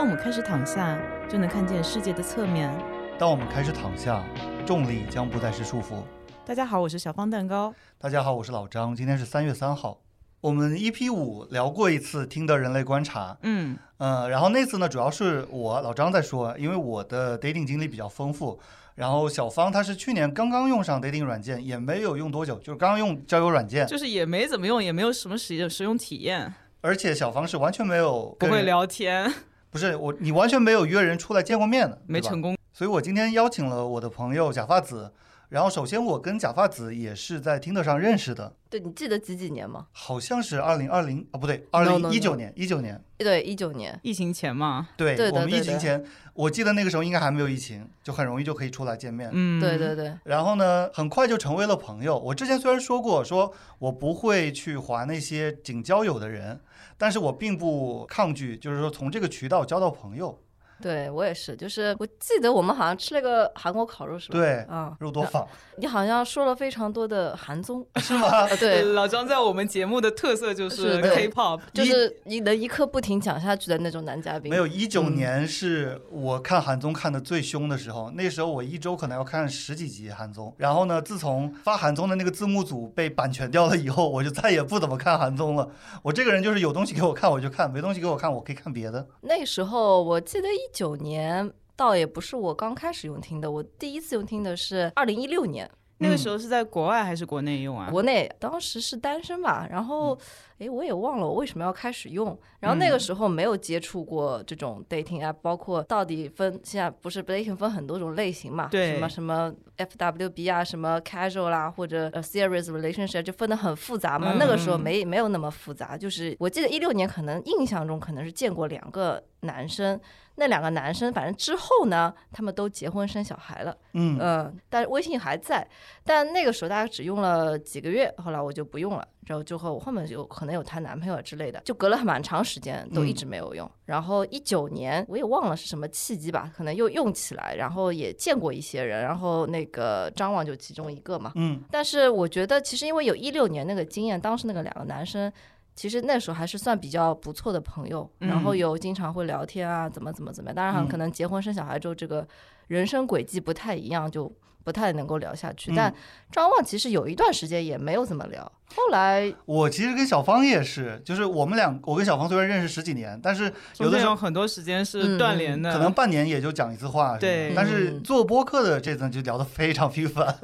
我们开始躺下，就能看见世界的侧面。当我们开始躺下，重力将不再是束缚。大家好，我是小方蛋糕。大家好，我是老张，今天是三月三号。我们 EP 五聊过一次《听的人类观察》，嗯，嗯，然后那次呢，主要是我老张在说，因为我的 dating 经历比较丰富，然后小芳她是去年刚刚用上 dating 软件，也没有用多久，就是刚刚用交友软件，就是也没怎么用，也没有什么使使用体验，而且小芳是完全没有不跟会人，聊天，不是我，你完全没有约人出来见过面的，没对吧成功。所以我今天邀请了我的朋友假发子，然后首先我跟假发子也是在听 i 上认识的，对你记得几几年吗？好像是二零二零啊不对，二 No, 零 no, 一九年一九年，哎对，一九年。疫情前嘛，对对的我们疫对情的前，我记得那个时候应该还没有疫情，就很容易就可以出来见面。嗯，对对对，然后呢，很快就成为了朋友。我之前虽然说过，说我不会去划那些仅交友的人，但是我并不抗拒，就是说从这个渠道交到朋友。对我也是，就是我记得我们好像吃了个韩国烤肉，是吧？对啊，肉多坊你好像说了非常多的韩综， 是吗？啊， 对，老张在我们节目的特色就是是的 K-pop，嗯就是你能一刻不停讲下去的那种男嘉宾。没有，一九嗯年是我看韩综看的最凶的时候，那时候我一周可能要看十几集韩综。然后呢，自从发韩综的那个字幕组被版权掉了以后，我就再也不怎么看韩综了。我这个人就是有东西给我看我就看，没东西给我看我可以看别的。那时候我记得一九年。倒也不是我刚开始用听的，我第一次用听的是二零一六年，那个时候是在国外还是国内用啊？嗯国内当时是单身吧，然后诶，我也忘了我为什么要开始用，然后那个时候没有接触过这种 dating app，包括到底分现在不是 dating 分很多种类型嘛，对什么什么 FWB 啊，什么 casual 啦、或者呃 serious relationship 就分得很复杂嘛，嗯那个时候没没有那么复杂，就是我记得一六年可能印象中可能是见过两个男生，那两个男生反正之后呢，他们都结婚生小孩了。嗯，嗯，但是微信还在，但那个时候大家只用了几个月，后来我就不用了，然后之后我后面就可能有谈男朋友之类的，就隔了蛮长时间都一直没有用。然后一九年我也忘了是什么契机吧，可能又用起来，然后也见过一些人，然后那个张望就其中一个嘛。嗯，但是我觉得其实因为有一六年那个经验，当时那个两个男生。其实那时候还是算比较不错的朋友，嗯然后有经常会聊天啊，怎么怎么怎么样。当然嗯很可能结婚生小孩之后，这个人生轨迹不太一样，就不太能够聊下去。嗯但张望其实有一段时间也没有怎么聊，后来我其实跟小芳也是，就是我们俩，我跟小芳虽然认识十几年，但是中有的间时有候很多时间是断联的，可能半年也就讲一次话。是吧对但是嗯做播客的这次就聊得非常 频繁，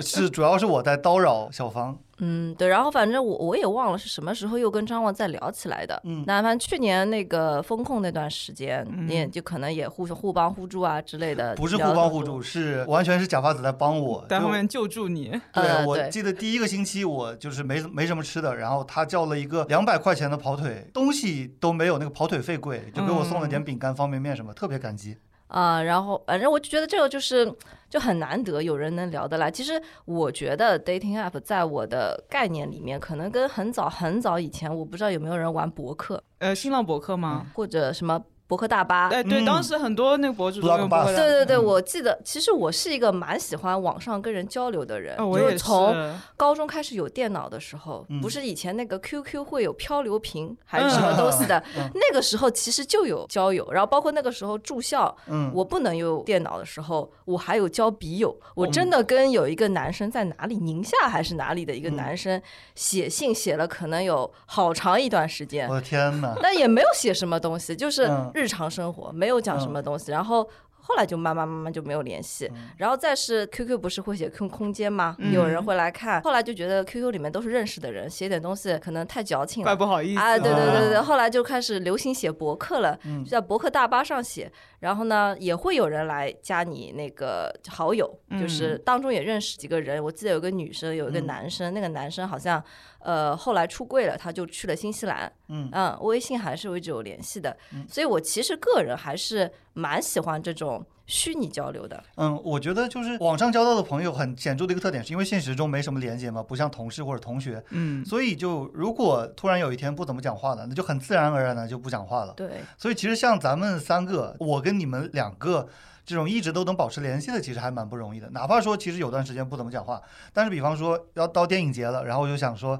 是主要是我在叨扰小芳。嗯，对，然后反正我我也忘了是什么时候又跟张望再聊起来的。嗯那反正去年那个风控那段时间，嗯你也就可能也互互帮互助啊之类的，不是互聊得帮多互助，是完全是假发子在帮我。在后就面救助你，对，呃我对记得第一个星期我就是没没什么吃的，然后他叫了一个两百块钱的跑腿，东西都没有，那个跑腿费贵，就给我送了点饼干、方便面什么，特别感激。啊、然后反正我就觉得这个就是就很难得有人能聊得来。其实我觉得 dating app 在我的概念里面，可能跟很早很早以前，我不知道有没有人玩博客呃，新浪博客吗？或者什么博客大巴。哎，对，嗯当时很多那个博主都用 Blockbuster 博客对来，对对，我记得，其实我是一个蛮喜欢网上跟人交流的人，啊，我就也是从高中开始有电脑的时候，嗯不是以前那个 QQ 会有漂流瓶还是什么东西的，嗯那个时候其实就有交友，然后包括那个时候住校，嗯，我不能用电脑的时候，我还有交笔友。哦我真的跟有一个男生在哪里，宁夏还是哪里的一个嗯男生写信，写了可能有好长一段时间哦我，的天哪！ 但也没有写什么东西，就是嗯日常生活，没有讲什么嗯东西。然后后来就慢慢慢慢就没有联系。然后再是 QQ 不是会写 Q 空间吗？嗯有人会来看，后来就觉得 QQ 里面都是认识的人，写点东西可能太矫情了怪。不好意思啊，对对对对，啊后来就开始流行写博客了，嗯就在博客大巴上写，然后呢也会有人来加你那个好友，就是当中也认识几个人，我记得有个女生，有一个嗯男生，那个男生好像呃后来出柜了，他就去了新西兰，嗯嗯，微信还是一直有联系的嗯，所以我其实个人还是蛮喜欢这种虚拟交流的，嗯，我觉得就是网上交到的朋友很显著的一个特点，是因为现实中没什么连接嘛，不像同事或者同学，嗯，所以就如果突然有一天不怎么讲话了，那就很自然而然的就不讲话了。对，所以其实像咱们三个，我跟你们两个这种一直都能保持联系的，其实还蛮不容易的。哪怕说其实有段时间不怎么讲话，但是比方说要到电影节了，然后我就想说。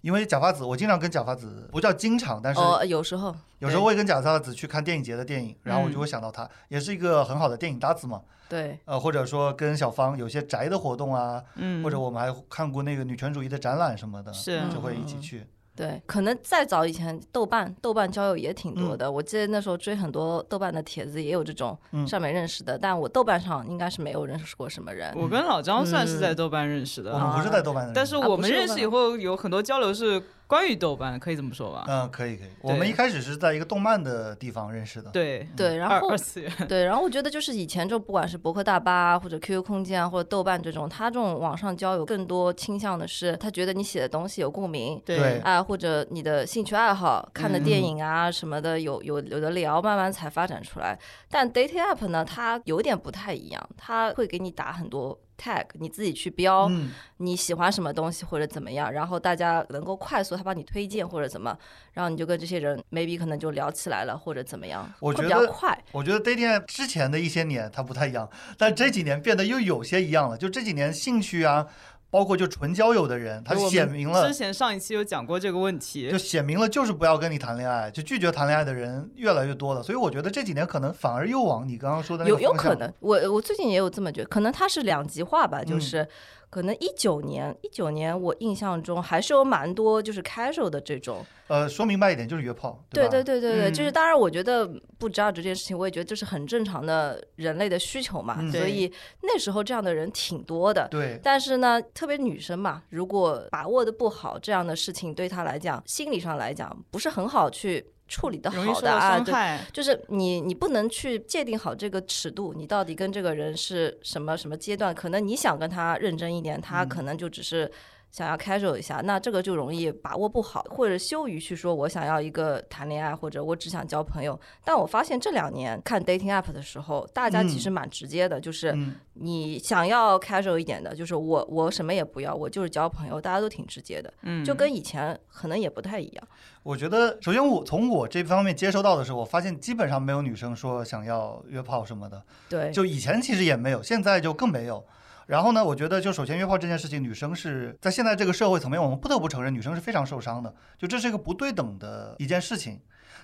因为假发子，我经常跟假发子不叫经常，但是哦，有时候有时候会跟假发子去看电影节的电影，然后我嗯就会想到他，也是一个很好的电影搭子嘛。对，呃，或者说跟小芳有些宅的活动啊，嗯，或者我们还看过那个女权主义的展览什么的，是嗯就会一起去。对，可能再早以前，豆瓣豆瓣交友也挺多嗯的。我记得那时候追很多豆瓣的帖子，也有这种嗯上面认识的，但我豆瓣上应该是没有认识过什么人。我跟老张算是在豆瓣认识的，嗯啊我们不是在豆瓣的人，但是我不们是认识豆瓣以后有很多交流是关于豆瓣，可以这么说吧？嗯，可以可以，我们一开始是在一个动漫的地方认识的。对，对，然二后二次元，对，然后我觉得就是以前就不管是博客大巴啊或者 QQ 空间啊，或者豆瓣这种，它这种网上交友更多倾向的是，他觉得你写的东西有共鸣。 对啊，或者你的兴趣爱好、看嗯的电影啊什么的，有有有的聊，慢慢才发展出来。但 dating app 呢，它有点不太一样，它会给你打很多 tag，你自己去标嗯，你喜欢什么东西或者怎么样，然后大家能够快速他帮你推荐或者怎么，然后你就跟这些人 maybe 可能就聊起来了或者怎么样，我会觉比较得快。我觉得 dating app 之前的一些年它不太一样，但这几年变得又有些一样了。就这几年兴趣啊，包括就纯交友的人，他我显们明了之，前上一期有讲过这个问题就，显明了就是不要跟你谈恋爱，就拒绝谈恋爱的人越来越多了。所以我觉得这几年可能反而又往你刚刚说的那个有有方向可能，我我最近也有这么觉得，可能它是两极化吧，嗯就是可能一九年一九年我印象中还是有蛮多就是 casual 的这种，呃，说明白一点就是约炮，对吧？对对对对，就是嗯当然我觉得不 judge 这件事情，我也觉得这是很正常的人类的需求嘛，嗯所对以那时候这样的人挺多的。对但是呢，特别女生嘛，如果把握的不好，这样的事情对她来讲，心理上来讲不是很好去处理的容易好受的到啊，伤对害。就是你你不能去界定好这个尺度，你到底跟这个人是什么什么阶段？可能你想跟他认真一点，他嗯可能就只是想要 casual 一下，那这个就容易把握不好，或者羞于去说我想要一个谈恋爱，或者我只想交朋友。但我发现这两年看 dating app 的时候，大家其实蛮直接的，就是嗯你想要 casual 一点的，就是我我什么也不要，我就是交朋友，大家都挺直接的，嗯，就跟以前可能也不太一样。我觉得，首先我从我这方面接收到的时候，我发现基本上没有女生说想要约炮什么的，对，就以前其实也没有，现在就更没有。然后呢，我觉得就首先约炮这件事情，女生是在现在这个社会层面，我们不得不承认女生是非常受伤的，就这是一个不对等的一件事情。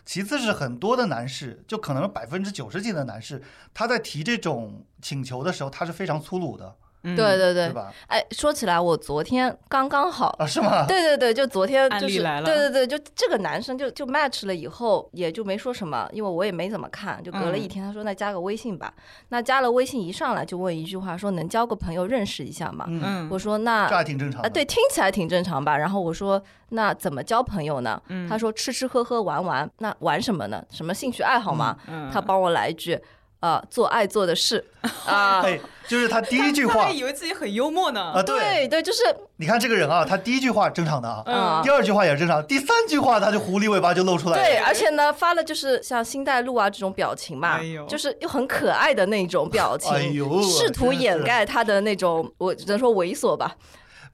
其次是很多的男士，就可能百分之九十几的男士，他在提这种请求的时候，他是非常粗鲁的，嗯对对对对，吧？哎，说起来，我昨天刚刚好，啊，是吗？对对对，就昨天案就例是来了对对对，就这个男生就就 match 了以后，也就没说什么，因为我也没怎么看，就隔了一嗯天，他说那加个微信吧，那加了微信一上来就问一句话，说能交个朋友认识一下吗？嗯，嗯，我说那这还挺正常啊的。对，听起来挺正常吧？然后我说那怎么交朋友呢？嗯他说吃吃喝喝玩玩，那玩什么呢？什么兴趣爱好吗？嗯他帮我来一句。啊、做爱做 的事啊，哎，就是他第一句他话还以为自己很幽默呢啊，，对对，就是你看这个人啊，他第一句话正常的啊，嗯啊，第二句话也正常，第三句话他就狐狸尾巴就露出来了。对，而且呢，发了就是像星黛露啊这种表情嘛，哎呦就是又很可爱的那种表情，哎呦 试图掩盖他的那种，我只能说猥琐吧。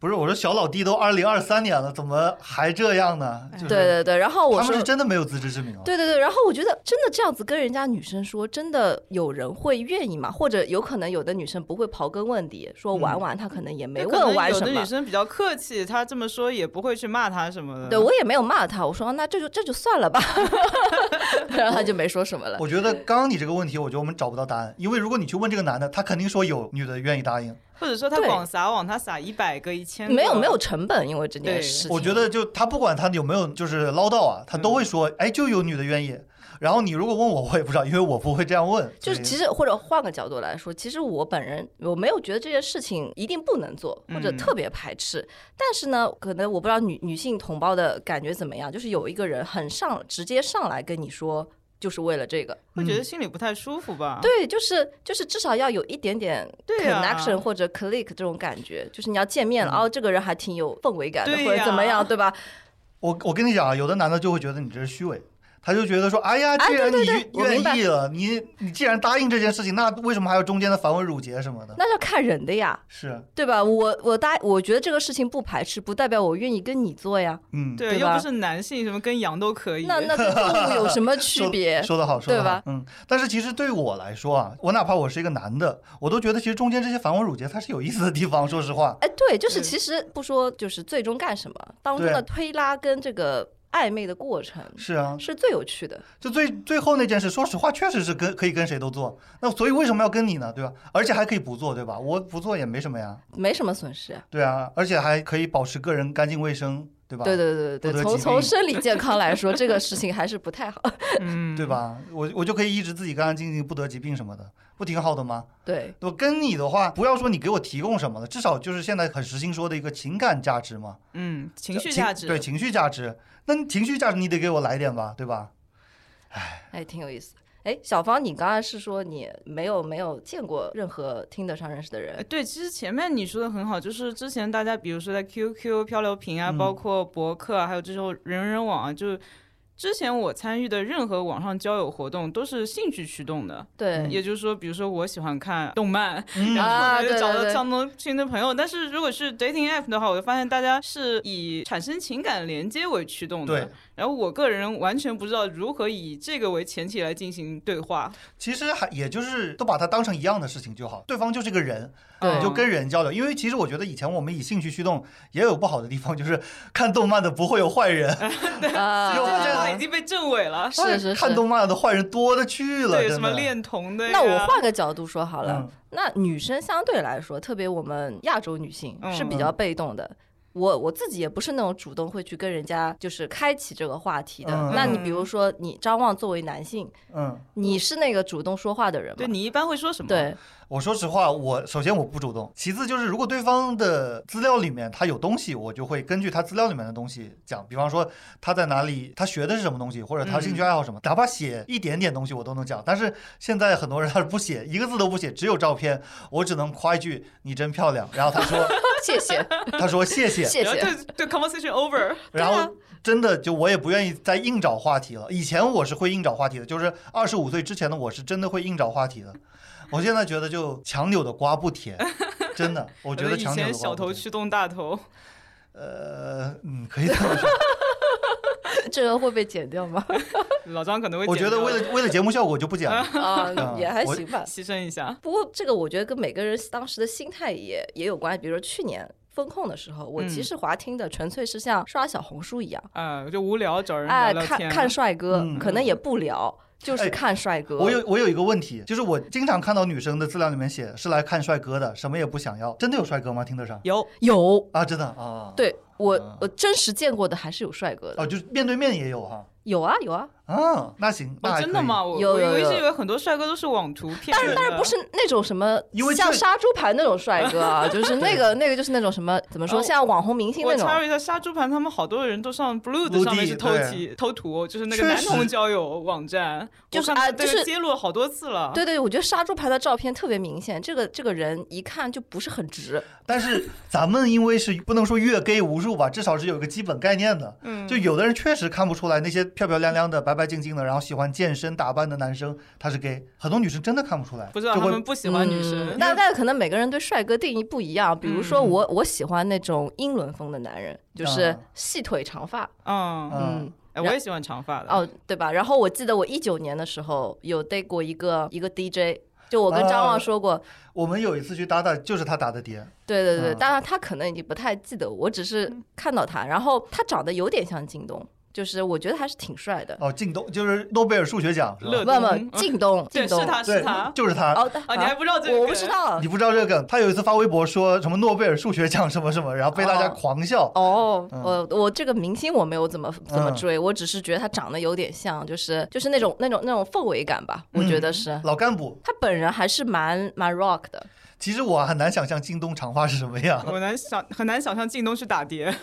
不是我说小老弟都二零二三年了，怎么还这样呢？就是、对对对，然后我嗯他们说是。真的没有自知之明啊。对对对，然后我觉得真的这样子跟人家女生说，真的有人会愿意吗？或者有可能有的女生不会刨根问底，说玩玩，她可能也没有可能问玩有什的么女。生比较客气，她这么说也不会去骂她什么的。对我也没有骂她，我说啊那这就这就算了吧，然后她就没说什么了。我觉得刚刚你这个问题，我觉得我们找不到答案，因为如果你去问这个男的，他肯定说有女的愿意答应。或者说她对广撒网，她撒一百个、一千个，没有没有成本，因为这件对事情。我觉得就他不管他有没有就是唠叨啊，他都会说，哎，就有女的愿意。然后你如果问我，我也不知道，因为我不会这样问。就是所以其实或者换个角度来说，其实我本人我没有觉得这件事情一定不能做，或者嗯特别排斥。但是呢，可能我不知道女女性同胞的感觉怎么样，就是有一个人很上直接上来跟你说，就是为了这个，会嗯觉得心里不太舒服吧？对，就是就是至少要有一点点啊对啊嗯 connection 或者 click 这种感觉，就是你要见面了，哦，这个人还挺有氛围感的，对或者怎么呀样，对吧？我我跟你讲啊，有的男的就会觉得你这是虚伪。他就觉得说，哎呀，啊既然对你对对我明白愿意了，你你既然答应这件事情，那为什么还有中间的繁文缛节什么的？那要看人的呀，是，对吧？我我答，我觉得这个事情不排斥，不代表我愿意跟你做呀。嗯，对，对又吧不是男性，什么跟羊都可以。那那跟动物 有什么区说别？说得好，说得对吧好，嗯。但是其实对我来说啊，我哪怕我是一个男的，我都觉得其实中间这些繁文缛节它是有意思的地方。说实话，哎，对，就是对其实不说，就是最终干什么，当中对的推拉跟这个暧昧的过程是啊，是最有趣的。就最最后那件事，说实话，确实是跟可以跟谁都做。那所以为什么要跟你呢？对吧？而且还可以不做，对吧？我不做也没什么呀，没什么损失啊，对啊，而且还可以保持个人干净卫生，对吧？对对对对不得对，从疾从病生理 健康来说，这个事情还是不太好。 嗯，对？吧？我我就可以一直自己干干净净，不得疾病什么的，不挺好的吗？对，我跟你的话，不要说你给我提供什么了，至少就是现在很时兴说的一个情感价值嘛，嗯，情绪价值。对情绪价值。那你情绪价值你得给我来点吧，对吧？哎，挺有意思。哎，小芳，你刚才是说你没有没有见过任何听得上认识的呃人？对，其实前面你说的很好，就是之前大家比如说在 QQ、漂流瓶啊，嗯包括博客啊，还有这种人人网啊，就是之前我参与的任何网上交友活动都是兴趣驱动的，对，也就是说，比如说我喜欢看动漫，嗯然后啊我就对找对了对相同新的朋友。但是如果是 dating app 的话，我就发现大家是以产生情感连接为驱动对的。，然后我个人完全不知道如何以这个为前提来进行对话。其实还也就是都把它当成一样的事情就好，对方就是个人，对啊你就跟人交流。因为其实我觉得以前我们以兴趣驱动也有不好的地方，就是看动漫的不会有坏人，啊就这发句现话已经被证伪了。是是 看是。动漫的坏人多的去了，对，什真么的。恋童的呀？那我换个角度说好了，嗯那女生相对来说，特别我们亚洲女性嗯是比较被动的。我我自己也不是那种主动会去跟人家就是开启这个话题的。嗯那你比如说，你张望作为男性，嗯，你是那个主动说话的人吗？对你一般会说什么？对，我说实话，我首先我不主动，其次就是如果对方的资料里面他有东西，我就会根据他资料里面的东西讲，比方说他在哪里，他学的是什么东西，或者他兴趣爱好什么，哪怕写一点点东西我都能讲。但是现在很多人他是不写，一个字都不写，只有照片，我只能夸一句你真漂亮，然后他说哦谢谢他说谢谢，谢然后谢。 对对，conversation over。然后真的就我也不愿意再硬找话题了。以前我是会硬找话题的，就是二十五岁之前的我是真的会硬找话题的。我现在觉得就强扭的瓜不 甜，真的， 我觉得以强扭前的瓜小不头甜。驱动大头，呃，嗯，可以这 么说。这个会被剪掉吗？老张可能会我觉剪得掉为了为了节目效果就不讲了。啊，嗯也还我行吧。牺牲一下。不过这个我觉得跟每个人当时的心态也也有关系。比如说去年风控的时候，我其嗯实滑听的纯粹是像刷小红书一样，啊，就无聊找人哎，聊聊看天。看帅哥，嗯可能也不聊，就是哎看帅哥。我有我有一个问题，就是我经常看到女生的资料里面写是来看帅哥的，什么也不想要，真的有帅哥吗？听得上有有，啊，真的啊，，对我啊我真实见过的还是有帅哥的，哦，就是面对面也有哈，有啊有啊，啊，那行，那哦，还真的可以？吗？我有我以有为有是以为很多帅哥都是网图骗但人的，是但是不是那种什么因为像这杀猪盘那种帅 哥啊，就是那个那个就是那种什么怎啊么说哦像网红明星我那种插入一下，杀猪盘他们好多人都上 Blue 的 Blue 上面 D，去偷题偷图，就是那个确男实童交友网站，就是我看啊到这就个是揭露了好多次了。对对，我觉得杀猪盘的照片特别明显，这个这个人一看就不是很 直。但是咱们因为是不能说阅 gay 无数吧，至少是有一个基本概念的。嗯就有的人确实看不出来，那些漂漂亮亮的、白白净净的，然后喜欢健身打扮的男生，他是 gay。很多女生真的看不出来，不知道就他会们不喜欢女嗯生，但但可能每个人对帅哥定义不一样。比如说我，我喜欢那种英伦风的男人，就是嗯啊细腿长发，嗯，嗯嗯，哎，我也喜欢长发的。哦，对吧？然后我记得我一九年的时候有 date 过一个一个 DJ，就我跟张啊望说过，我们有一次去搭搭，就是他打的碟，对对啊对，嗯当然他可能已经不太记得我，我只是看到他，然后他长得有点像靳东，就是我觉得还是挺帅的。哦，靳东就是诺贝尔数学奖，是吧乐不东不，靳东，嗯 对，是靳东，他是对 他，。就是他。哦，啊，你还不知道这个？我不知。道你不知道这个梗，他有一次发微博说什么诺贝尔数学奖什么什么，然后被大家哦狂笑。哦，嗯我我这个明星我没有怎么怎么嗯追，我只是觉得他长得有点像，就是就是那种那种那种氛围感吧，我觉嗯得是。老干部，他本人还是蛮蛮 rock 的，其实我很难想象靳东长发是什么样。我难想很难想象靳东去打碟，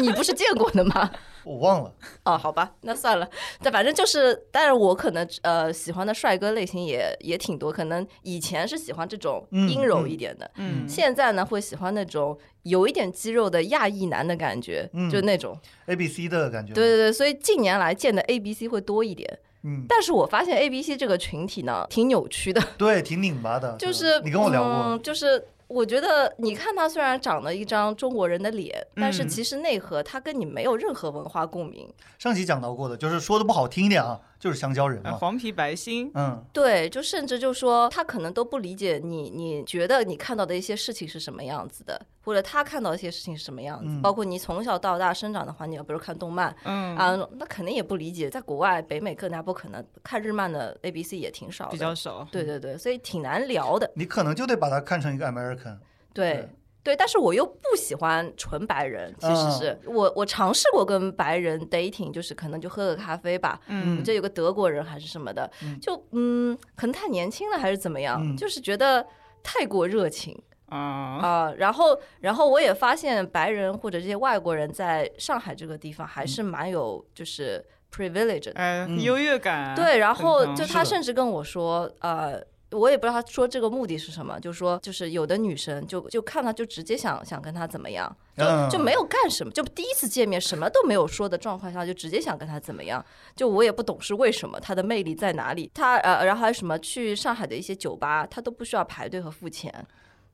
你不是见过的吗？我忘了。哦，好吧，那算了。但反正就是，但是我可能呃喜欢的帅哥类型也也挺多，可能以前是喜欢这种嗯阴柔 嗯一点的，嗯，现在呢会喜欢那种有一点肌肉的亚裔男的感觉，嗯就那种。 A B C 的感觉。对对，对，所以近年来见的 A B C 会多一点。嗯，但是我发现 A B C 这个群体呢，挺扭曲的，对，挺拧巴的。就是啊你跟我聊过，嗯，就是。我觉得你看他虽然长了一张中国人的脸，但是嗯其实内核他跟你没有任何文化共鸣。上期讲到过的，就是说的不好听一点啊，就是香蕉人啊嘛。黄皮白心，嗯对，就甚至就说他可能都不理解你，你觉得你看到的一些事情是什么样子的，或者他看到的一些事情是什么样子，嗯包括你从小到大生长的环境，比如看动漫。嗯，啊，那肯定也不理解，在国外北美各大不可能看日漫的 A B C 也挺少的，比较少，对对对，所以挺难聊的，你可能就得把它看成一个 American。对对对，但是我又不喜欢纯白人，其实嗯是、我我尝试过跟白人 dating，就是可能就喝个咖啡吧，嗯我记得有个德国人还是什么的，嗯就嗯，可能太年轻了还是怎么样，嗯就是觉得太过热情啊，啊、然后，然后我也发现白人或者这些外国人在上海这个地方还是蛮有就是 privilege 的。哎，嗯优越感，对，然后很就强他是的甚至跟我说，呃。我也不知道他说这个目的是什么，就说就是有的女生就就看他就直接想想跟他怎么样，嗯，就没有干什么，就第一次见面什么都没有说的状况下，就直接想跟他怎么样，就我也不懂是为什么，他的魅力在哪里？他呃，然后还有什么去上海的一些酒吧，他都不需要排队和付钱。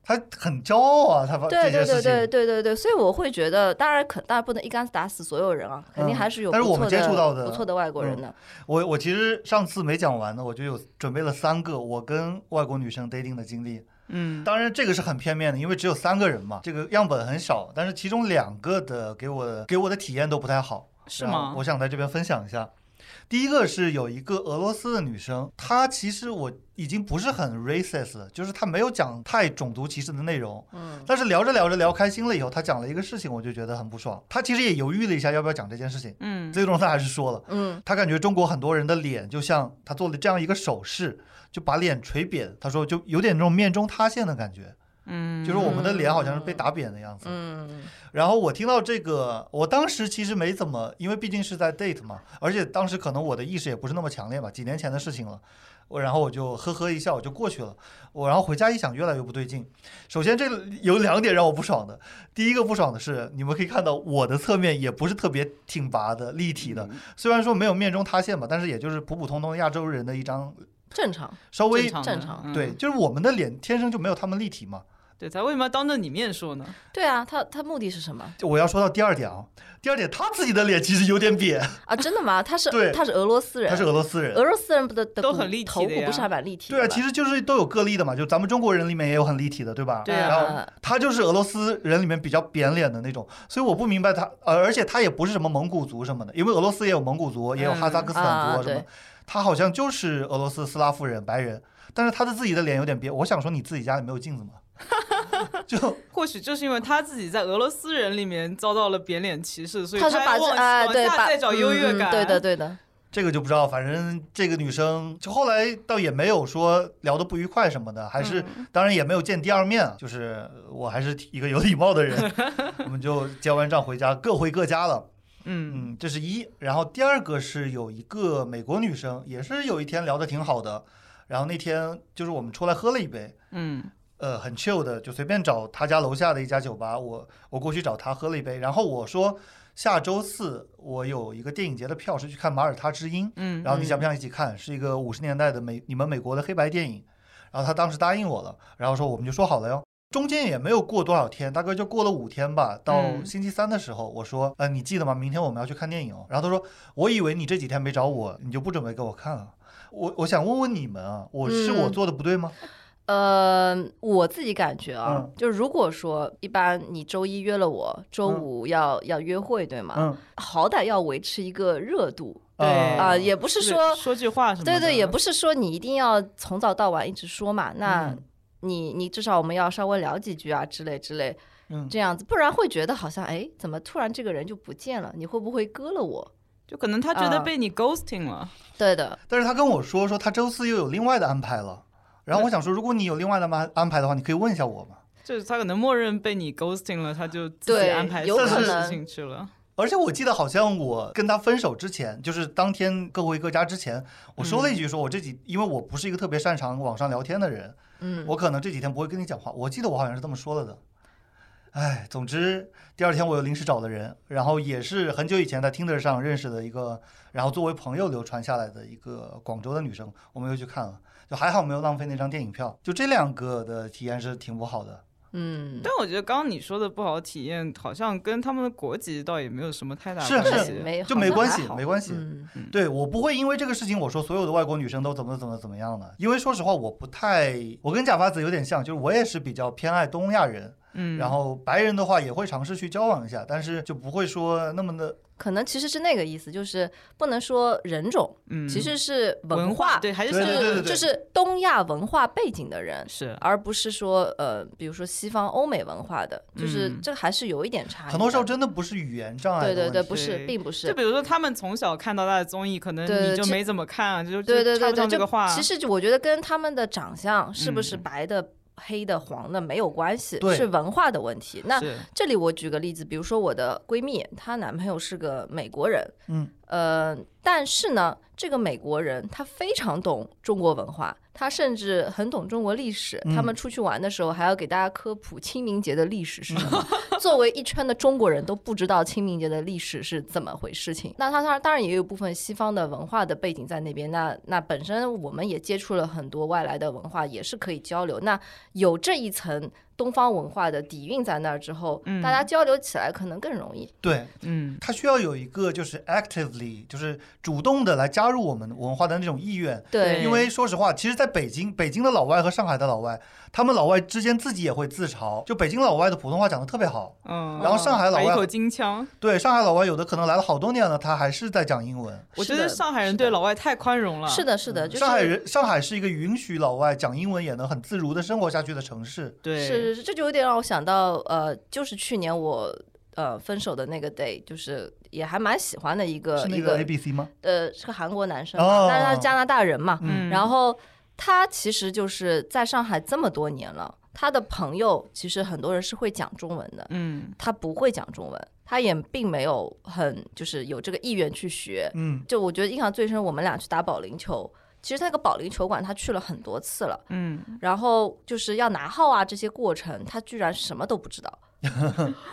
他很骄傲啊，他把对这对些对事情对对对对，所以我会觉得，当然肯当然不能一竿子打死所有人啊，肯定还是有嗯不但是我错们的、接触到的嗯不错的外国人的。我我其实上次没讲完呢，我就有准备了三个我跟外国女生 dating 的经历。嗯当然这个是很片面的，因为只有三个人嘛，这个样本很少。但是其中两个的给我给我的体验都不太好，是然后吗？我想在这边分享一下。第一个是有一个俄罗斯的女生，她其实我已经不是很 racist 了，就是她没有讲太种族歧视的内容，嗯但是聊着聊着聊开心了以后，她讲了一个事情，我就觉得很不爽。她其实也犹豫了一下要不要讲这件事情，嗯最终她还是说了。嗯他感觉中国很多人的脸就像他做了这样一个手势，就把脸捶扁。他说就有点那种面中塌陷的感觉，嗯，就是我们的脸好像是被打扁的样子。嗯然后我听到这个，我当时其实没怎么，因为毕竟是在 date 嘛，而且当时可能我的意识也不是那么强烈吧，几年前的事情了。我然后我就呵呵一笑，我就过去了。我然后回家一想，越来越不对劲。首先，这个有两点让我不爽的。第一个不爽的是，你们可以看到我的侧面也不是特别挺拔的、立体嗯的，虽然说没有面中塌陷吧，但是也就是普普通通亚洲人的一张正常。稍微正常正的常嗯对，就是我们的脸天生就没有他们立体嘛。对，他为什么要当着你面说呢？对啊，他他目的是什么我要说到第二点啊，第二点他自己的脸其实有点扁，啊？真的吗？他 是对他是俄罗斯人，他是俄罗斯人俄。罗斯人不的的都骨很立体头的骨不呀是还蛮立体的对吗？啊，其实就是都有个例的嘛，就咱们中国人里面也有很立体的，对吧？对啊然呃后他就是俄罗斯人里面比较扁脸的那种，所以我不明白他，呃，而且他也不是什么蒙古族什么的，因为俄罗斯也有蒙古族，也有哈萨克斯坦啊族什么，对他好像就是俄罗斯斯拉夫人白人，但是他的自己的脸有点扁。我想说，你自己家里没有 镜子吗？就或许就是因为他自己在俄罗斯人里面遭到了扁脸歧视，所以他是把往这哎往对下把再找优越感，嗯嗯对的对的，这个就不知道，反正这个女生就后来倒也没有说聊得不愉快什么的，还是、当然也没有见第二面，啊，就是我还是一个有礼貌的人，我们就结完账回家各回各家了。嗯嗯，这是一。然后第二个是有一个美国女生，也是有一天聊得挺好的，然后那天就是我们出来喝了一杯。嗯呃，很 chill 的，就随便找她家楼下的一家酒吧，我我过去找她喝了一杯，然后我说下周四我有一个电影节的票是去看《马耳他之音》，嗯然后你想不想一起看？是一个五十年代的美你们美国的黑白电影。然后他当时答应我了，然后说我们就说好了哟。中间也没有过多少天，大概就过了五天吧。到嗯星期三的时候，我说：“呃，你记得吗？明天我们要去看电影哦。”然后他说：“我以为你这几天没找我，你就不准备给我看了。我我想问问你们啊，我是我嗯做的不对吗？呃，我自己感觉啊，嗯就如果说一般你周一约了我，周五要、要约会，对吗？嗯，好歹要维持一个热度对啊、哦也不是说，说句话什么的，对对，也不是说你一定要从早到晚一直说嘛。那嗯你你至少我们要稍微聊几句啊，之类之类，嗯这样子，不然会觉得好像哎，怎么突然这个人就不见了？你会不会割了我？就可能他觉得啊被你 ghosting 了，对的，但是他跟我说说他周四又有另外的安排了。然后我想说，如果你有另外的安安排的话，你可以问一下我嘛。就是他可能默认被你 ghosting 了，他就自己对安排有自己可的能事情去了。而且我记得好像我跟他分手之前，就是当天各回各家之前，我说了一句说，我这几因为我不是一个特别擅长网上聊天的人，嗯，我可能这几天不会跟你讲话。我记得我好像是这么说了的。哎，总之第二天我又临时找的人，然后也是很久以前在 Tinder 上认识的一个，然后作为朋友流传下来的一个广州的女生，我们又去看了，就还好没有浪费那张电影票。就这两个的体验是挺不好的。嗯，但我觉得刚刚你说的不好体验，好像跟他们的国籍倒也没有什么太大是关系。是就没哎好没像关还系，好没关系。嗯对我不会因为这个事情，我说所有的外国女生都怎么怎么怎么样的，因为说实话，我不太，我跟假发子有点像，就是我也是比较偏爱东亚人，嗯，然后白人的话也会尝试去交往一下，但是就不会说那么的，可能其实是那个意思，就是不能说人种，嗯，其实是文化，对还是就对对对是对对就是东亚文化背景的人，是而不是说呃，比如说西方欧美文化的，就是嗯这还是有一点差异的。很多时候真的不是语言障碍的对对问对，题不是，对并不是就。比如说他们从小看到大的综艺，可能对你就其没怎么看啊，就对对就插对不上对，这个话。就其实就我觉得跟他们的长相是不是嗯白的、黑的、黄的没有关系，对是文化的问题。那是这里我举个例子，比如说我的闺蜜，她男朋友是个美国人，嗯，呃，但是呢，这个美国人他非常懂中国文化，他甚至很懂中国历史。嗯他们出去玩的时候还要给大家科普清明节的历史是什么。嗯作为一圈的中国人都不知道清明节的历史是怎么回事情。那他当然当然也有部分西方的文化的背景在那边。那那本身我们也接触了很多外来的文化，也是可以交流。那有这一层东方文化的底蕴在那儿之后，嗯大家交流起来可能更容易。对，嗯它需要有一个就是 actively，就是主动的来加入我们文化的那种意愿。对因为说实话，其实在北京，北京的老外和上海的老外，他们老外之间自己也会自嘲，就北京老外的普通话讲的特别好，嗯，然后上海老还哦一外口京腔，对上海老外有的可能来了好多年了，他还是在讲英文。我是觉得的上海人是对的老嗯外太宽容了。是的，是的，就是上海人，上海是一个允许老外讲英文也能很自如的生活下去的城市。对，是是，这就有点让我想到，呃，就是去年我呃分手的那个 day，就是也还蛮喜欢的一个是那一个个 A B C 吗？呃是个韩国男生哦嘛，但是他是加拿大人嘛，嗯，然后他其实就是在上海这么多年了，他的朋友其实很多人是会讲中文的，嗯他不会讲中文，他也并没有很就是有这个意愿去学，嗯，就我觉得印象最深，我们俩去打保龄球。其实那个保龄球馆他去了很多次了，嗯，然后就是要拿号啊这些过程，他居然什么都不知道。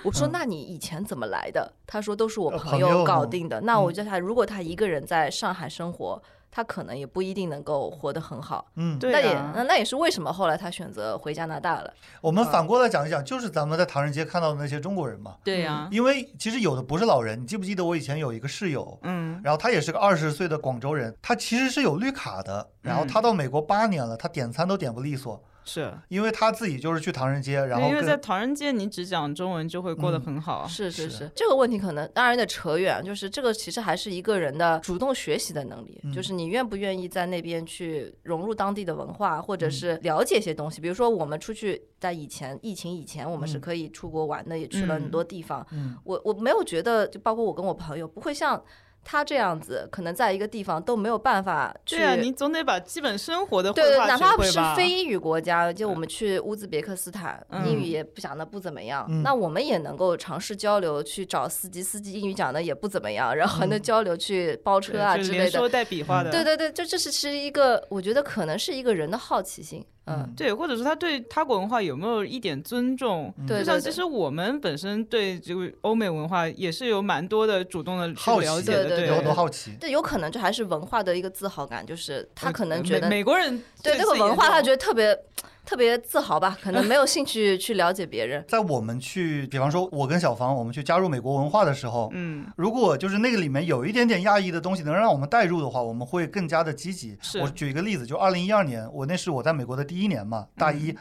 我说：“那你以前怎么来的？”他说：“都是我呃朋朋友友搞弄定的。”那我觉得他如果他一个人在上海生活，他可能也不一定能够活得很好。嗯，对那也啊那那也是为什么后来他选择回加拿大了。我们反过来讲一讲，就是咱们在唐人街看到的那些中国人嘛。对呀，因为其实有的不是老人，你记不记得我以前有一个室友，嗯然后他也是个二十岁的广州人，他其实是有绿卡的，然后嗯他到美国八年了，他点餐都点不利索，是，因为他自己就是去唐人街，然对因后为跟在唐人街你只讲中文就会过得嗯很好。是是是是，这个问题可能当然有点扯远，就是这个其实还是一个人的主动学习的能力，嗯就是你愿不愿意在那边去融入当地的文化，或者是了解一些东西。比如说我们出去，在以前疫情以前，我们是嗯可以出国玩的，也去了很多地方。嗯我我没有觉得，就包括我跟我朋友，不会像他这样子，可能在一个地方都没有办法去。对啊，你总得把基本生活呃的绘对，画哪学怕会是吧非英语国家，嗯就我们去乌兹别克斯坦，嗯英语也不讲的不怎么样，嗯那我们也能够尝试交流，去找司机，司机英语讲的也不怎么样，然后还能嗯交流去包车啊对就之连类的。嗯说带比划的，对对对，就这是是一个，我觉得可能是一个人的好奇心，嗯，对，或者是他对他国文化有没有一点尊重？嗯对就对像其对实我们本身对这个欧美文化也是有蛮多的主动的去好了奇，解的，对对有很多对好奇，这有可能就还是文化的一个自豪感，就是他呃可能觉得美美国人对这个文化，他觉得得特别特别自豪吧，可能没有兴趣去了解别人。在我们去，比方说，我跟小芳，我们去加入美国文化的时候，嗯如果就是那个里面有一点点亚裔的东西能让我们带入的话，我们会更加的积极。是我举一个例子，就二零一二年，我那是我在美国的第一年嗯嘛，大一。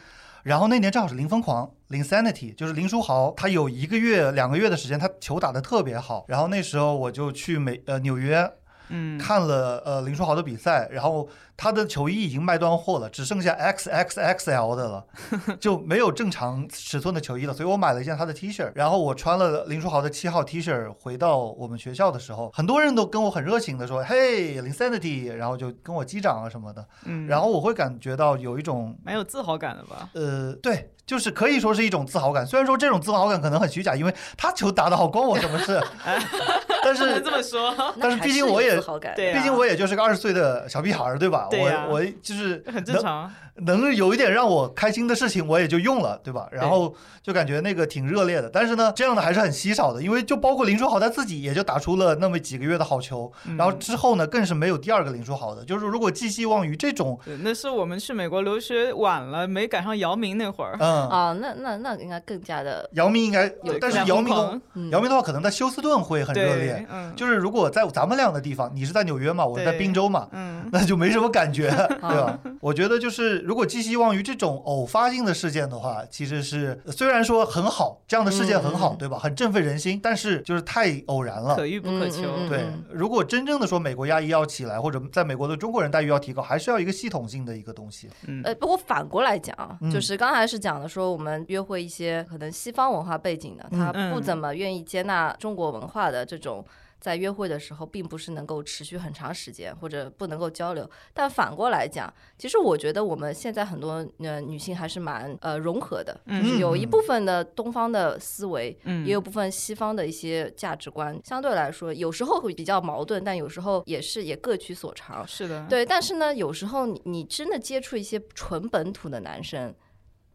然后那年正好是零疯狂零 sanity，就是林书豪，他有一个月、两个月的时间，他球打得特别好。然后那时候我就去美呃纽约嗯看了呃林书豪的比赛，然后他的球衣已经卖断货了，只剩下 XXXL 的了，就没有正常尺寸的球衣了。所以我买了一件他的 T 恤，然后我穿了林书豪的七号 T 恤回到我们学校的时候，很多人都跟我很热情的说：“嘿，林 Sanity！” 然后就跟我击掌啊什么的。嗯，然后我会感觉到有一种蛮有自豪感的吧？呃，对，就是可以说是一种自豪感。虽然说这种自豪感可能很虚假，因为他球打得好，关我什么事？ 但不能是这么说，那 但是还毕竟有我也自豪感对啊毕竟我也就是个二十岁的小屁孩儿，对吧？对呀我我就是很正常。能有一点让我开心的事情，我也就用了，对吧？然后就感觉那个挺热烈的。但是呢，这样的还是很稀少的，因为就包括林书豪他自己也就打出了那么几个月的好球，嗯然后之后呢，更是没有第二个林书豪的。就是如果寄希望于这种，对，那是我们去美国留学晚了，没赶上姚明那会儿。嗯，啊，那那那应该更加的，姚明应该有，但是更加姚疯明的狂嗯姚明的话，可能在休斯顿会很热烈对。，嗯，就是如果在咱们俩的地方，你是在纽约嘛，我是在对宾州嘛，嗯，那就没什么感觉，对啊吧？我觉得就是如果寄希望于这种偶发性的事件的话，其实是虽然说很好，这样的事件很好，嗯对吧？很振奋人心，但是就是太偶然了。可遇不可求。嗯嗯嗯对，如果真正的说美国亚裔要起来，或者在美国的中国人待遇要提高，还是要一个系统性的一个东西。嗯呃，不过反过来讲啊，嗯就是刚才是讲的说，我们约会一些可能西方文化背景的，他嗯不怎么愿意接纳中国文化的这种。在约会的时候，并不是能够持续很长时间，或者不能够交流。但反过来讲，其实我觉得我们现在很多呃女性还是蛮呃融合的，嗯就是有一嗯部分的东方的思维，嗯，也有部分西方的一些价值观，相对来说有时候会比较矛盾，但有时候也是也各取所长。是啊的，对，但是呢，有时候你你真的接触一些纯本土的男生，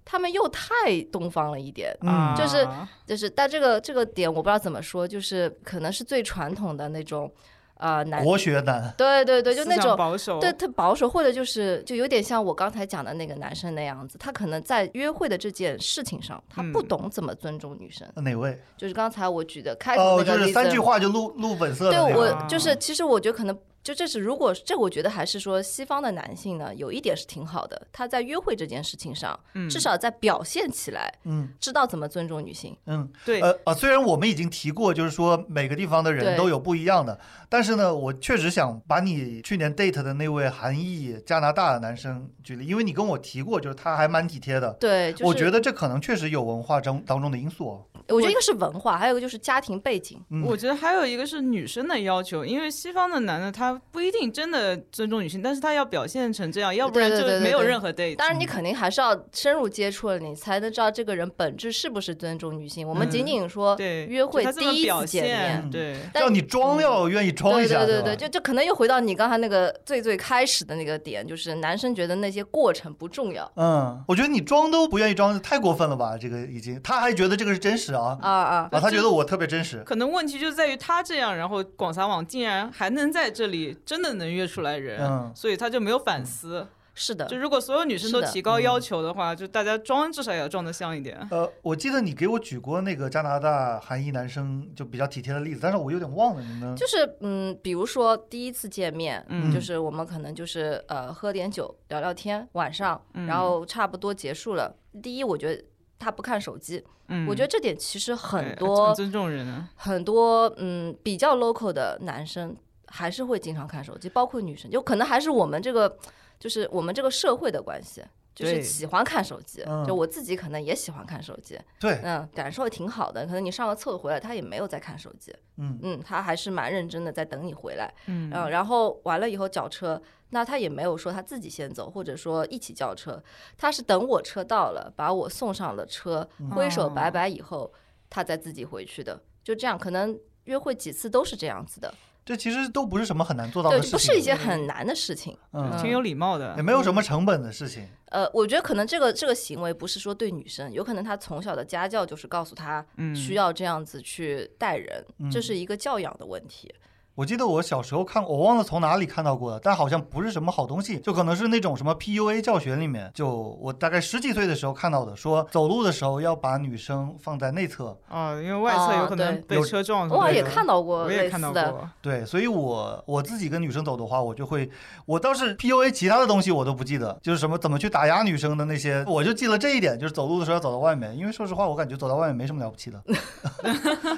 他们又太东方了一点，啊，嗯就是就是但这个这个点我不知道怎么说，就是可能是最传统的那种，呃，男，国学男，对对对，就思那想种保守，对，特保守，或者就是就有点像我刚才讲的那个男生那样子，他可能在约会的这件事情上，他不嗯懂怎么尊重女生。哪位？就是刚才我举的开头哦，那就个例是子，三句话就录录本色的对那个。啊我就是，其实我觉得可能就这是，如果是这，我觉得还是说西方的男性呢，有一点是挺好的，他在约会这件事情上，嗯至少在表现起来，嗯知道怎么尊重女性。嗯。对，呃啊，虽然我们已经提过，就是说每个地方的人对都有不一样的，但是呢，我确实想把你去年 date 的那位韩裔加拿大的男生举例，因为你跟我提过，就是他还蛮体贴的。对，就是我觉得这可能确实有文化中当中的因素哦。我觉得一个是文化，还有一个就是家庭背景。嗯我觉得还有一个是女生的要求，因为西方的男的他不一定真的尊重女性，但是他要表现成这样，要不然对就对对对没有对任何 date。当然，你肯定还是要深入接触了，你才能知道这个人本质是不是尊重女性。我们仅嗯仅说对，约就会他这么第一表次见面，嗯现，对，但嗯要你装要愿意装一对下，对对吧对，就就可能又回到你刚才那个最最开始的那个点，就是男生觉得那些过程不重要。嗯，我觉得你装都不愿意装，太过分了吧？这个已经，他还觉得这个是真实啊啊啊！啊，他觉得我特别真实。可能问题就在于他这样，然后广撒网竟然还能在这里真的能约出来人，嗯所以他就没有反思。是的，就如果所有女生都嗯是的提嗯高要求的话，就大家装至少也要装得像一点。呃，我记得你给我举过那个加拿大韩裔男生就比较体贴的例子，但是我有点忘了，你能就是嗯，比如说第一次见面，嗯就是我们可能就是呃喝点酒聊聊天，晚上，嗯然后差不多结束了。第一，我觉得他不看手机，嗯，我觉得这点其实很对多很尊重人啊。很多嗯比较 local 的男生还是会经常看手机，包括女生，就可能还是我们这个就是我们这个社会的关系。就对是喜欢看手机嗯，就我自己可能也喜欢看手机，对，嗯，感受挺好的。可能你上个厕所回来，他也没有在看手机，嗯嗯，他还是蛮认真的在等你回来，嗯嗯，然后完了以后叫车，那他也没有说他自己先走，或者说一起叫车，他是等我车到了，把我送上了车，嗯挥手哦拜拜以后，他再自己回去的，就这样，可能约会几次都是这样子的，这其实都不是什么很难做到对的，事情，不是嗯一些很难的事情。嗯，挺有礼貌的也。没有什么成本的事情。呃，我觉得可能这个这个行为不是说对女生，有可能他从小的家教就是告诉他嗯需要这样子去待人，这是一个教养的问题。我记得我小时候看，我忘了从哪里看到过的，但好像不是什么好东西，就可能是那种什么 PUA 教学里面，就我大概十几岁的时候看到的，说走路的时候要把女生放在内侧，哦，因为外侧有可能哦被有车撞什我么好嗯的。像也看到过我类也似看到的，过。对，所以我我自己跟女生走的话，我就会，我倒是 PUA 其他的东西我都不记得，就是什么怎么去打压女生的那些，我就记了这一点，就是走路的时候要走到外 面，因为说实话，我感觉走到外面没什么了不起的，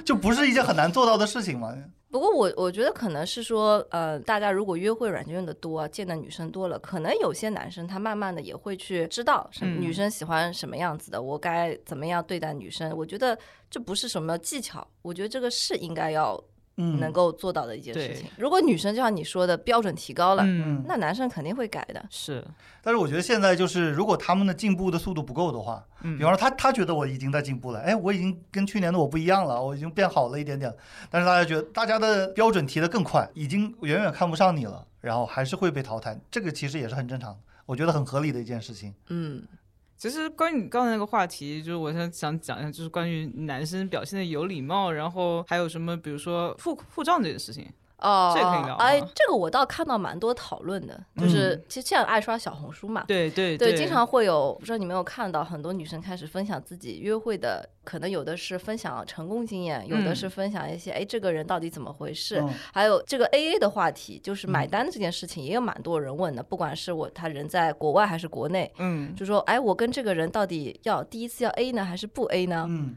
就不是一件很难做到的事情嘛。不过我我觉得可能是说，呃，大家如果约会软件用的多，见的女生多了，可能有些男生他慢慢的也会去知道什么嗯女生喜欢什么样子的，我该怎么样对待女生。我觉得这不是什么技巧，我觉得这个是应该要嗯，能够做到的一件事对情。如果女生就像你说的标准提高了，嗯，那男生肯定会改的。是，但是我觉得现在就是，如果他们的进步的速度不够的话，嗯比方说他他觉得我已经在进步了，哎，我已经跟去年的我不一样了，我已经变好了一点点了。但是大家觉得大家的标准提得更快，已经远远看不上你了，然后还是会被淘汰，这个其实也是很正常的，我觉得很合理的一件事情。嗯，其实关于你刚才那个话题，就是我想想讲一下，就是关于男生表现的有礼貌，然后还有什么，比如说付付账这件事情。哦，这可以聊啊嗯吗哎，这个我倒看到蛮多讨论的，就是、其实现在爱刷小红书嘛，对对啊对，经常会有，不知道你有没有看到，很多女生开始分享自己约会的，可能有的是分享成功经验，有的嗯是分享一些，哎，这个人到底怎么回事，嗯还有这个 A A 的话题，就是买单这件事情，也有蛮多人问的，不管是我他人在国外还是国内，嗯，就说，哎，我跟这个人到底要第一次要 A 呢，还是不 A 呢？嗯，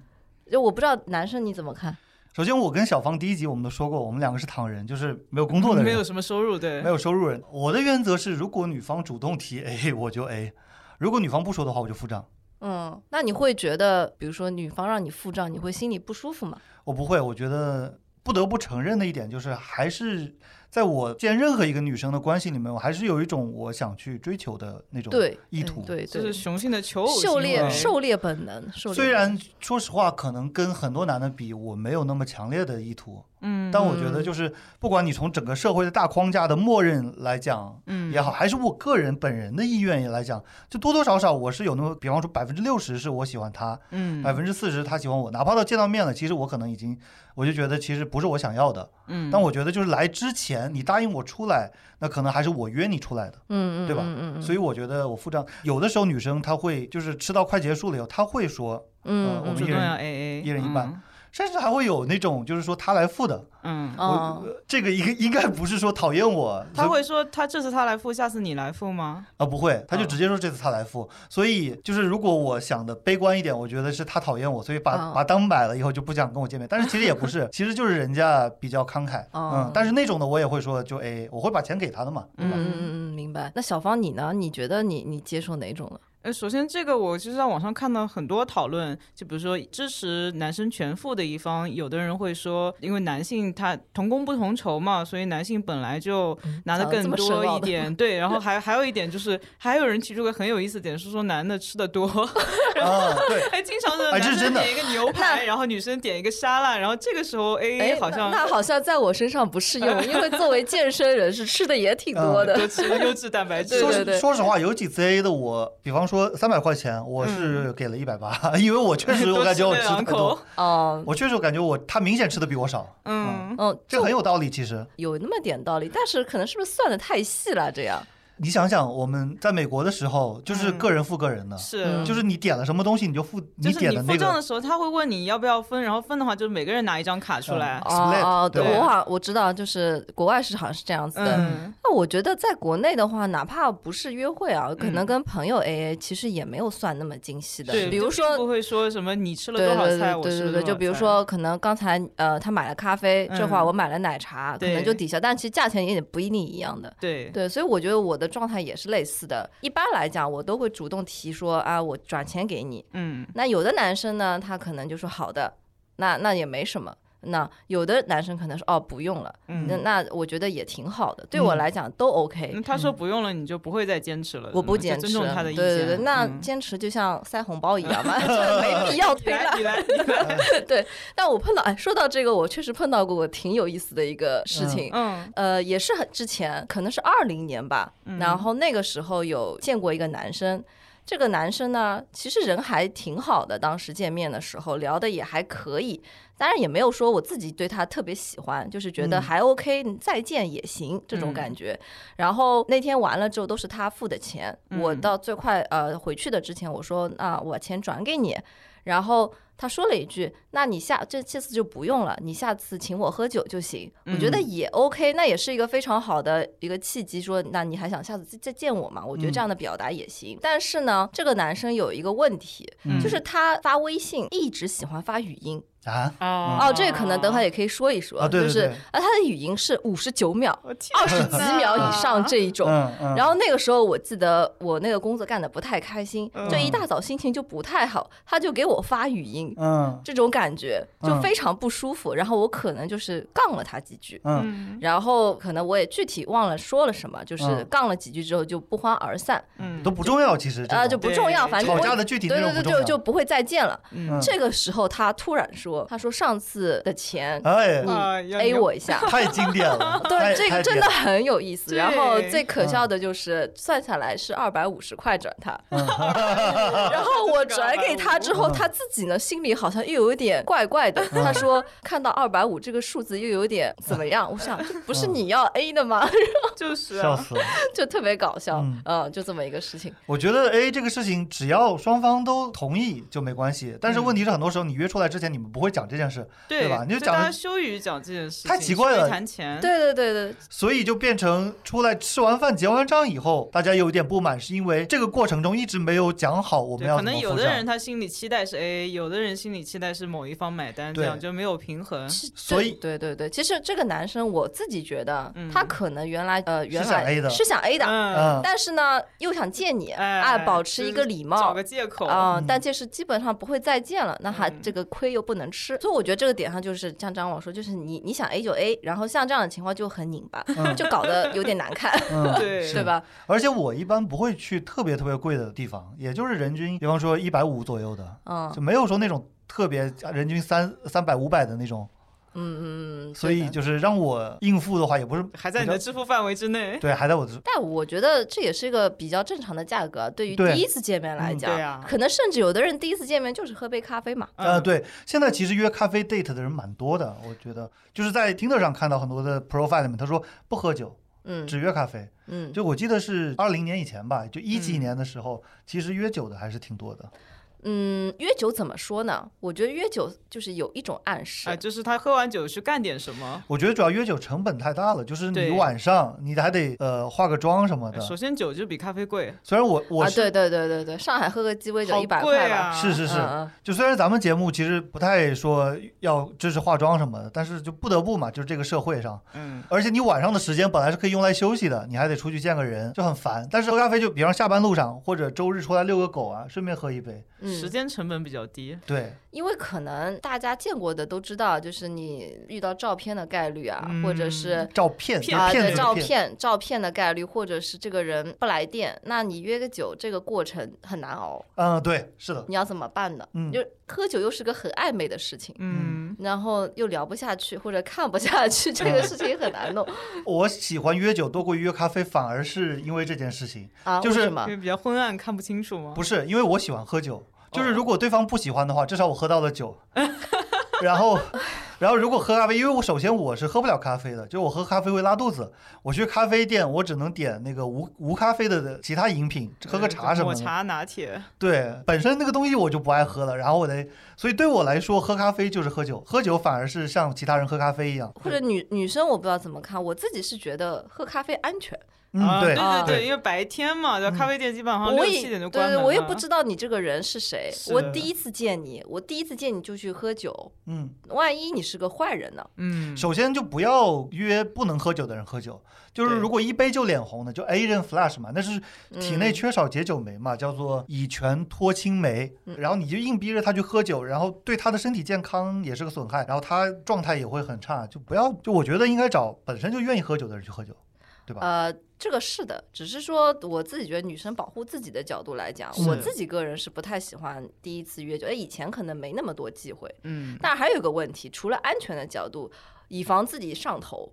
就我不知道男生你怎么看？首先我跟小芳第一集我们都说过，我们两个是躺人，就是没有工作的人，嗯没有什么收入，对没，有收入人。我的原则是，如果女方主动提 A，我就 A；如果女方不说的话，我就付账。嗯，那你会觉得，比如说女方让你付账，你会心里不舒服吗？我不会，我觉得不得不承认的一点就是，还是在我见任何一个女生的关系里面，我还是有一种我想去追求的那种对，意嗯图。对就对，是雄性的求偶狩猎行为狩猎本能，狩猎虽本能然说实话，可能跟很多男的比，我没有那么强烈的意图，嗯但我觉得就是，不管你从整个社会的大框架的默认来讲嗯也好，还是我个人本人的意愿也来讲，就多多少少我是有那么，比方说百分之六十是我喜欢他，嗯百分之四十他喜欢我，哪怕到见到面了，其实我可能已经，我就觉得其实不是我想要的，嗯，但我觉得就是来之前你答应我出来，那可能还是我约你出来的，嗯嗯，对吧嗯嗯，所以我觉得我付账。有的时候女生她会就是吃到快结束了以后，她会说，嗯，呃我们主一动人要 A A，一人一半，甚至还会有那种就是说她来付的，嗯，我、哦呃这个应应该不是说讨厌我，他所以会说他这次他来付，下次你来付吗？啊不会，她就嗯哦直接说这次她来付。所以就是如果我想的悲观一点，我觉得是她讨厌我，所以把、哦把单买了以后就不想跟我见面。但是其实也不是，其实就是人家比较慷慨，哦嗯，但是那种的我也会说就 A，我会把钱给她的 嘛，对嗯吧？嗯嗯嗯，明白。那小芳你呢？你觉得你你接受哪种呢？呃，首先这个我就是在网上看到很多讨论，就比如说支持男生全付的一方，有的人会说，因为男性他同工不同酬嘛，所以男性本来就拿的嗯讲得这更么深多奥一的点，对。然后还还有一点就是，还有人提出个很有意思的点，是说男的吃的多， 啊，对。还经 常的哎这男生是真的点一个牛排，然后女生点一个沙拉，然后这个时候 A 哎 A，好像那那好像在我身上不适用，因为作为健身人士吃的也挺多的。多吃了优质蛋白质， 对说对实对说实话，有几次 A 的我，比方说三百块钱，我嗯是给了一百八， 因为我确 实我多感觉我了吃的两很口多，，哦，我确实感觉我他明显吃的比我少，嗯，嗯，这很有道理。其实有那么点道理，但是可能是不是算的太细了？这样，你想想，我们在美国的时候就是嗯个人付个人的，是。嗯就是你点了什么东西你就付就是点你的付那账的个，时候，他会问你要不要分，然后分的话就是每个人拿一张卡出来。嗯哦 Split，哦，对吧我好我知道，就是国外市场是这样子的。嗯，那我觉得在国内的话，哪怕不是约会啊，可能跟朋友 AA，其实也没有算那么精细的。对，比如就说并不会说什么你吃了对多少对菜，对我吃对了对多对，少就比如菜，说可能刚才呃他买了咖啡，这会儿嗯我买了奶茶，可能对就抵消，但其实价钱也不一定一样的。对，对，所以我觉得我的状态也是类似的。一般来讲，我都会主动提说啊，我转钱给你。嗯，那有的男生呢，他可能就说好的，那那也没什么。那有的男生可能说哦不用了，嗯那那我觉得也挺好的，对我来讲都 OK。那他说不用了，你就不会再坚持了，嗯我不嗯就坚持，尊重他的意见。对对对，那嗯坚持就像塞红包一样嘛，这没必要你推来，了你。来，你来， 对，但我碰到哎，说到这个，我确实碰到过挺有意思的一个事情。嗯呃，也是很之前，可能是二零年吧。然后那个时候有见过一个男生，这个男生呢，其实人还挺好的，当时见面的时候聊的也还可以，当然也没有说我自己对他特别喜欢，就是觉得嗯还 OK，、你再见也行这种嗯感觉。然后那天完了之后都是他付的钱，我嗯到最快呃回去的之前，我说那我钱转给你，然后。他说了一句：“那你下这这次就不用了，你下次请我喝酒就行。”我觉得嗯也 OK，那也是一个非常好的一个契机说，那你还想下次再再见我吗？我觉得嗯这样的表达也行。但是呢，这个男生有一个问题，嗯就是他发微信一直喜欢发语音，啊，哦哦，这个可能等会也可以说一说，啊对对啊就是对啊，它的语音是五十九秒、我天二十几秒以上这一种。嗯嗯，然后那个时候，我记得我那个工作干的不太开心，嗯就一大早心情就不太好，他就给我发语音，嗯这种感觉就嗯非常不舒服。然后我可能就是杠了他几句，嗯嗯然后可能我也具体忘了说了什么，就是嗯杠了几句之后就不欢而散，嗯都不重要，其实这啊，就种不重要，对反正吵我架的具体对内容对不对，重就要，就不会再见了。嗯这个时候他突然说，他说上次的钱哎你，啊要 A 留我一下， 太经典了，嗯太 对，这个太真典的很有意思。然后对最可笑的就是算下来是二百五十块转他，嗯 啊然然后我转给他之后，他自己呢心里好像又有点怪怪嗯的。他说看到二百五这个数字又有点怎么样？我想这不是嗯你要 A 的吗？就是笑啊，死了。就特别搞笑嗯，嗯，就这么一个事情。我觉得 A 这个事情，只要双方都同意就没关系。但是嗯问题是，很多时候你约出来之前，你们不会讲这件事，对吧你就就讲大家羞于讲这件事情，太奇怪羞于了谈钱，对对对对，所以就变成出来吃完饭结完账以后，大家有一点不满，是因为这个过程中一直没有讲好我们对，要可怎么能有付的人账。他心里期待是 A，有的人心里期待是某一方买单，这对样就没有平衡。是所以对对对，其实这个男生我自己觉得嗯他可能原来呃原想来 A 的是想 A 的，嗯，嗯，但是呢又想见你，哎哎，保持就一个是礼找貌个。借口啊、嗯但就是基本上不会再见了，那还嗯这个亏又不能吃，所以我觉得这个点上就是像张网说，就是你你想 A 就 A，然后像这样的情况就很拧巴，嗯就搞得有点难看，嗯 对是对吧？而且我一般不会去特别特别贵的地方，也就是人均，比方说一百五左右的，啊嗯就没有说那种特别人均三三百五百的那种。嗯嗯，所对以的就是让我应付的话，也不是还在你的支付范围之内。对，还在我的但我觉得这也是一个比较正常的价格，对于对第一次见面来嗯讲，对啊可能甚至有的人第一次见面就是喝杯咖啡嘛， 呃，嗯，对，现在其实约咖啡 date 的人蛮多的，我觉得就是在 Tinder 上看到很多的 profile 里面，他说不喝酒，嗯只约咖啡。嗯，就我记得是二零年以前吧，就一几年的时候，其实约酒的还是挺多的。嗯，约酒怎么说呢？我觉得约酒就是有一种暗示，哎啊，就是他喝完酒去干点什么。我觉得主要约酒成本太大了，就是你对晚上你还得呃化个妆什么的。哎首先酒就比咖啡贵，虽然我我哎啊，是、对对对对对，上海喝个鸡尾酒好一百贵块吧，啊！是是是，嗯嗯就虽然咱们节目其实不太说要支持化妆什么的，但是就不得不嘛，就是这个社会上。嗯，而且你晚上的时间本来是可以用来休息的，你还得出去见个人，就很烦。但是喝咖啡就比方下班路上或者周日出来遛个狗啊，顺便喝一杯。时嗯，间成本比较低。对，因为可能大家见过的都知道，就是你遇到照片的概率啊，或者是。照嗯片就啊，是骗子对的照骗。片、照片的概率，或者是这个人不来电，那你约个酒，这个过程很难熬，嗯，对，是的，你要怎么办呢？嗯就喝酒又是个很暧昧的事情，嗯，然后又聊不下去或者看不下去，这个事情很难 弄我喜欢约酒多过于约咖啡，反而是因为这件事情，啊。就为是什么因为比较昏暗，看不清楚吗？不是因为我喜欢喝酒，就是如果对方不喜欢的话，至少我喝到了酒。然后，然后如果喝咖啡，因为我首先我是喝不了咖啡的，就是我喝咖啡会拉肚子。我去咖啡店，我只能点那个无无咖啡的其他饮品，喝个茶什么抹的。茶拿铁，对，本身那个东西我就不爱喝了，然后我得，所以对我来说，喝咖啡就是喝酒，喝酒反而是像其他人喝咖啡一样。或者女女生我不知道怎么看，我自己是觉得喝咖啡安全，嗯，啊对啊对，因为白天嘛，就咖啡店基本上啊六我七也点就对关对，门了。我也不知道你这个人是谁，是我的第一次见你，我第一次见你就去喝酒，嗯，万一你是个坏人呢？嗯，首先就不要约不能喝酒的人喝酒，就是对如果一杯就脸红的，就 A 人 flash 嘛，那是体内嗯缺少解酒酶嘛，叫做乙醛脱氢酶，然后你就硬逼着他去喝酒，然后对他的身体健康也是个损害，然后他状态也会很差，就不要，就我觉得应该找本身就愿意喝酒的人去喝酒，对吧？呃，这个是的，只是说我自己觉得女生保护自己的角度来讲，我是自己个人是不太喜欢第一次约酒，哎，以前可能没那么多忌讳，嗯，但还有一个问题，除了安全的角度，以防自己 上头，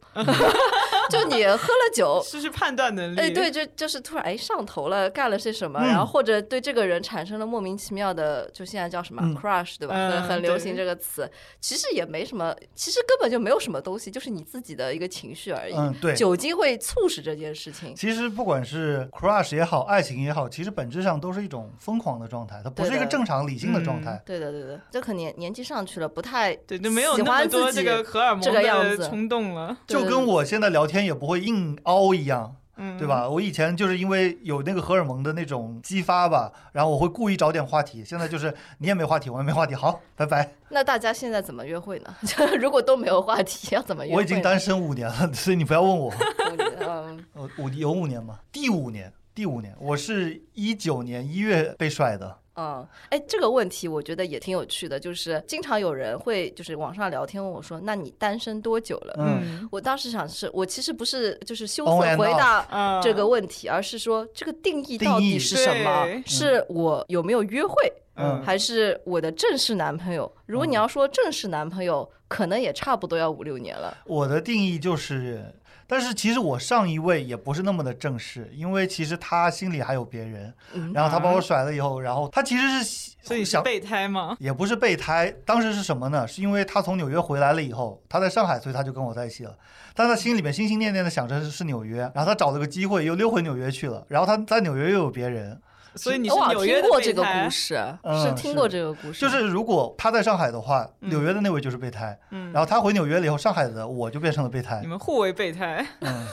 就你喝了酒。失去判断能力。嗯哎，对，就就是突然哎上头了，干了些什么，嗯然后或者对这个人产生了莫名其妙的，就现在叫什么、嗯 crush 对吧？嗯很很流行对这个词，其实也没什么，其实根本就没有什么东西，就是你自己的一个情绪而已。嗯，对。酒精会促使这件事情，其实不管是 crush 也好，爱情也好，其实本质上都是一种疯狂的状态，它不是一对个的嗯正常理性的状态。对的对的，这可年年纪上去了，不太对，就没有喜那么欢多这自己个荷尔蒙这个样子的冲动了。对嗯就对跟对我现在聊天也不会硬凹一样，嗯对吧？我以前就是因为有那个荷尔蒙的那种激发吧，然后我会故意找点话题。现在就是你也没话题，我也没话题，好，拜拜。那大家现在怎么约会呢？ 就是如果都没有话题，要怎么约会呢？我已经单身五年了，所以你不要问我。 嗯，我五有五年吗？第五年，第五年，我是一九年一月被甩的。嗯，哎，这个问题我觉得也挺有趣的，就是经常有人会就是网上聊天问我说：“那你单身多久了？”嗯，我当时想是，我其实不是就是羞 On 涩 and 回 off 答嗯，这个问题，而是说这个定义到定义底是什么对？是我有没有约会，嗯还是我的正式男朋友？如果你要说正式男朋友，可能也差不多要五六年了。我的定义就是，但是其实我上一位也不是那么的正式，因为其实他心里还有别人，嗯然后他把我甩了以后，然后他其实是啊所以是想备胎吗？也不是备胎，当时是什么呢？是因为他从纽约回来了以后，他在上海，所以他就跟我在一起了。但他心里面心心念念的想着是是纽约，然后他找了个机会又溜回纽约去了，然后他在纽约又有别人。所以你是我好纽像约听的过备这个胎故事，嗯是听是过这个故事，就是如果他在上海的话，嗯纽约的那位就是备胎，嗯然后他回纽约了以后，上海的我就变成了备胎你。们互为备胎，嗯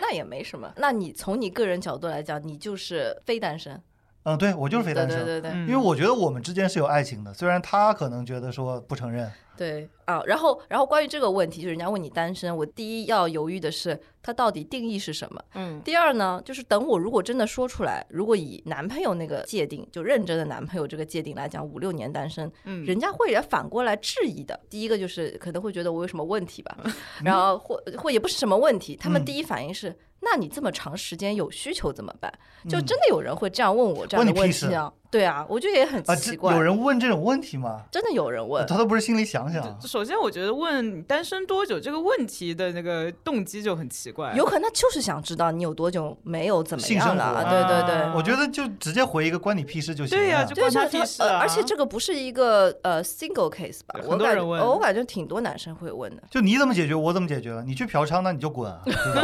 那也没什么。那你从你个人角度来讲，你就是非单身，嗯，对我就是非单对身。对对对、嗯因为我觉得我们之间是有爱情的，虽然他可能觉得说不承认，对啊。然后，然后关于这个问题，就是人家问你单身，我第一要犹豫的是它到底定义是什么。嗯第二呢，就是等我如果真的说出来，如果以男朋友那个界定，就认真的男朋友这个界定来讲，五六年单身，嗯，人家会也反过来质疑的。第一个就是可能会觉得我有什么问题吧，嗯然后或或也不是什么问题，他们嗯第一反应是。那你这么长时间有需求怎么办？就嗯真的有人会这样问我这样关的你问屁题事啊？对啊，我觉得也很啊，这奇怪。有人问这种问题吗？真的有人啊问，他都不是心里想想啊，首先我觉得问单身多久这个问题的那个动机就很奇怪，有可能他就是想知道你有多久没有怎么性样生了啊，活对啊对对。我觉得就直接回一个关你屁事就行了。对呀就对，关就他屁事呃啊而且这个不是一个呃 single case 吧对？我很多感人问我感觉挺多男生会问的。就你怎么解决，我怎么解决了。你去嫖娼，那你就滚啊！对 吧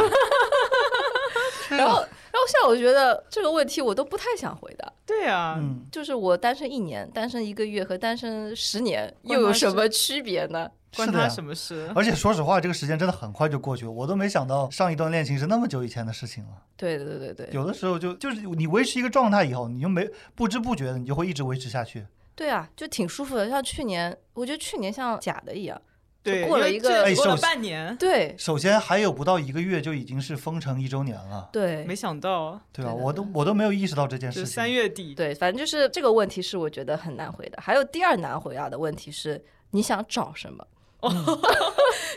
对然后，啊然后现在我觉得这个问题我都不太想回答。对啊，嗯，就是我单身一年、单身一个月和单身十年关又有他什事么区别呢？关是的他呀什么事？而且说实话，这个时间真的很快就过去了，我都没想到上一段恋情是那么久以前的事情了。对对对对对，有的时候就就是你维持一个状态以后，你就没不知不觉的，你就会一直维持下去。对啊，就挺舒服的。像去年，我觉得去年像假的一样。对，过了因为一个这哎过首了先半年，对首先还有不到一个月就已经是封城一周年了，对没想到对吧？对的我都我都没有意识到这件就事是情。三月底，对，反正就是这个问题是我觉得很难回答。还有第二难回答的问题是，你想找什么？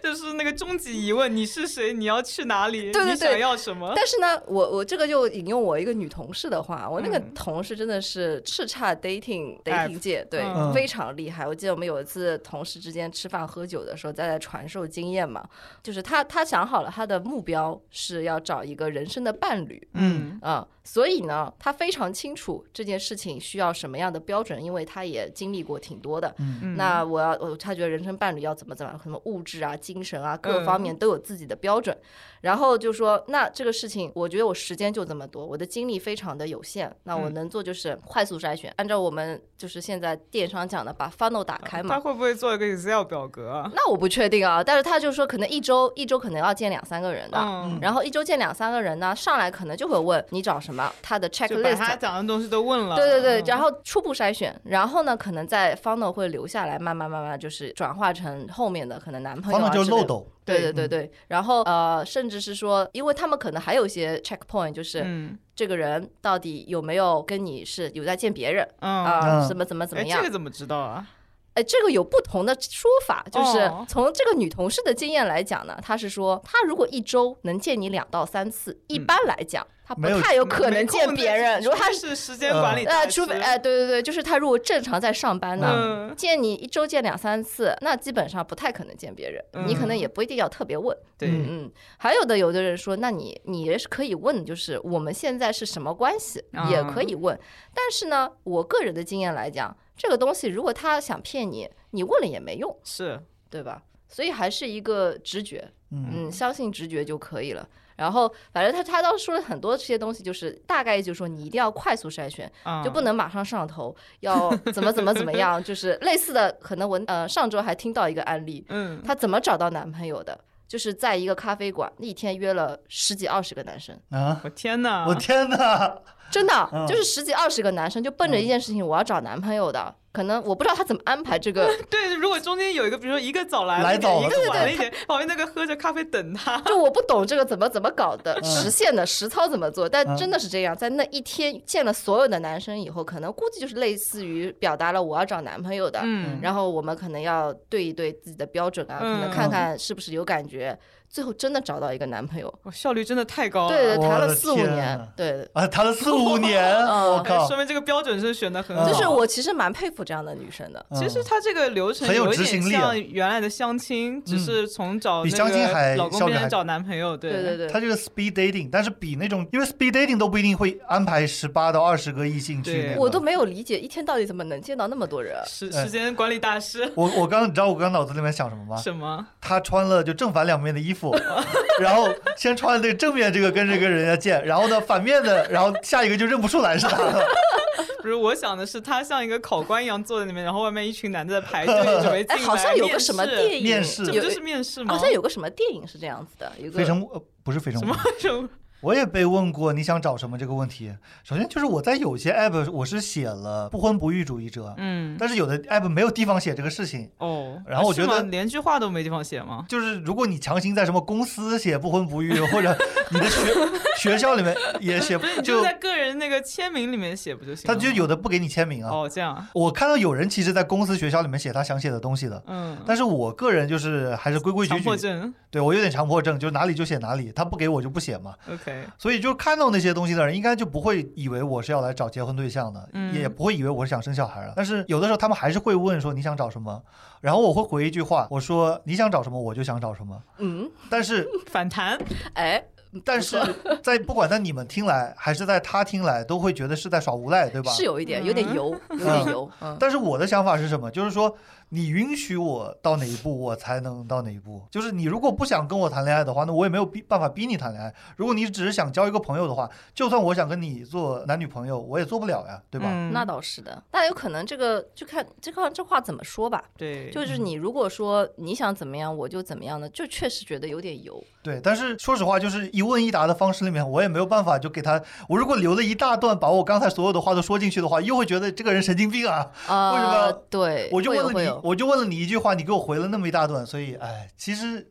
就是那个终极疑问：你是谁？你要去哪里？对对你对想要什么？但是呢，我我这个就引用我一个女同事的话，我那个嗯同事真的是叱咤 dating App， dating 界，对，嗯非常厉害。我记得我们有一次同事之间吃饭喝酒的时候，在在传授经验嘛，就是她她想好了她的目标是要找一个人生的伴侣。嗯啊、所以呢，她非常清楚这件事情需要什么样的标准，因为她也经历过挺多的。嗯，那我要我察觉得人生伴侣要怎么怎么样，什么物质啊、精神啊各嗯方面都有自己的标准。然后就说，那这个事情，我觉得我时间就这么多，我的精力非常的有限，那我嗯能做就是快速筛选，按照我们就是现在电商讲的，把 funnel 打开他嘛。会不会做一个 Excel 表格啊？那我不确定啊，但是他就说可能一周一周可能要见两三个人的。嗯，然后一周见两三个人呢，上来可能就会问你找什么，他的就把 checklist 他讲的东西都问了。对对嗯对，然后初步筛选，然后呢，可能在 funnel 会留下来，慢慢慢慢就是转化成后面的可能男朋友方啊的就是之类漏的。斗，对对对嗯对，然后呃，甚至是说，因为他们可能还有一些 checkpoint，就是嗯这个人到底有没有跟你是有在见别人嗯，啊，嗯怎么怎么怎么哎，样这个？怎么知道啊？哎，这个有不同的说法，就是哦从这个女同事的经验来讲呢，她是说，她如果一周能见你两到三次，一嗯般来讲，她不没有太有没可能见别人。如果她是是时间管理嗯大师，呃，除非哎、对对对，就是他如果正常在上班呢，嗯见你一周见两三次，那基本上不太可能见别人，你可能嗯也不一定要特别问。对，嗯，还有的有的人说，那你你也是可以问，就是我们现在是什么关系，也可啊以问。但是呢，我个人的经验来讲，这个东西如果他想骗你，你问了也没用，是对吧？所以还是一个直觉，嗯，嗯，相信直觉就可以了。然后，反正他他当时说了很多这些东西，就是大概就是说你一定要快速筛选，啊，嗯就不能马上上头，要怎么怎么怎么样，就是类似的，可能我呃上周还听到一个案例，嗯她怎么找到男朋友的？就是在一个咖啡馆，那一天约了十几二十个男生，啊！我天哪！我天哪！真的、嗯就是十几二十个男生，就奔着一件事情，我要找男朋友的。可能我不知道他怎么安排这个，对，如果中间有一个，比如说一个早来来一点早了一对个对晚了一点，旁边那个喝着咖啡等 他，就我不懂这个怎么怎么搞的，实现的实操怎么做。但嗯真的是这样，在那一天见了所有的男生以后，可能估计就是类似于表达了我要找男朋友的，嗯，然后我们可能要对一对自己的标准啊，可嗯能看看是不是有感觉，最后真的找到一个男朋友。我效率真的太高了，对对，我谈了的四五天年啊，对，啊，谈了四五年， 嗯我哎靠说！明这个标准是选的很嗯好。就是我嗯其实蛮佩服这样的女生的。其实他这个流程很有一执点行力啊像原来的相亲，嗯只是从找比那相亲个还老公效率变成还找男朋友，对对对对，他这个 speed dating，但是比那种，因为 speed dating 都不一定会安排十八到二十个异性去对那个。我都没有理解，一天到底怎么能见到那么多人？时哎时间管理大师。我我刚你知道我刚脑子里面想什么吗？什么？他穿了就正反两面的 衣服，然后先穿这个正面这个跟这个人家见，然后呢反面的，然后下一个就认不出来是他 了。不是，我想的是他像一个考官一样坐在那边，然后外面一群男的在 排队准备进哎，来好像有个什么面试电影，面试这不有就是面试吗？好像有个什么电影是这样子的，有非个诚勿呃不是非诚什勿么扰，什么？我也被问过你想找什么这个问题。首先就是我在有些 app 我是写了不婚不育主义者，嗯，但是有的 app 没有地方写这个事情。哦，然后我是觉得吗连句话都没地方写吗？就是如果你强行在什么公司写不婚不育， 或者你的学学校里面也写不是，，你就就是在个人那个签名里面写不就行了他吗？就有的不给你签名啊。哦，这样，我看到有人其实，在公司、学校里面写他想写的东西的，嗯，但是我个人就是还是规规矩强迫矩，症对我有点强迫症，就是哪里就写哪里，他不给我就不写嘛。 ，OK，所以就看到那些东西的人，应该就不会以为我是要来找结婚对象的，嗯也不会以为我是想生小孩了。但是有的时候他们还是会问说你想找什么，然后我会回一句话，我说你想找什么我就想找什么。嗯，但是反弹，哎，但是在不管在你们听来还是在他听来，都会觉得是在耍无赖，对吧？是有一点，有点油，有点油。嗯，但是我的想法是什么？就是说，你允许我到哪一步，我才能到哪一步。就是你如果不想跟我谈恋爱的话，那我也没有逼办法逼你谈恋爱。如果你只是想交一个朋友的话，就算我想跟你做男女朋友，我也做不了呀，对吧？嗯那倒是的，但有可能这个就看这看这话怎么说吧。对，就是你如果说你想怎么样，我就怎么样的，就确实觉得有点油。对。但是说实话，就是一问一答的方式里面，我也没有办法就给他。我如果留了一大段，把我刚才所有的话都说进去的话，又会觉得这个人神经病啊。为什么啊要，对，我就会有问了会你有，我就问了你一句话，你给我回了那么一大段，所以哎，其实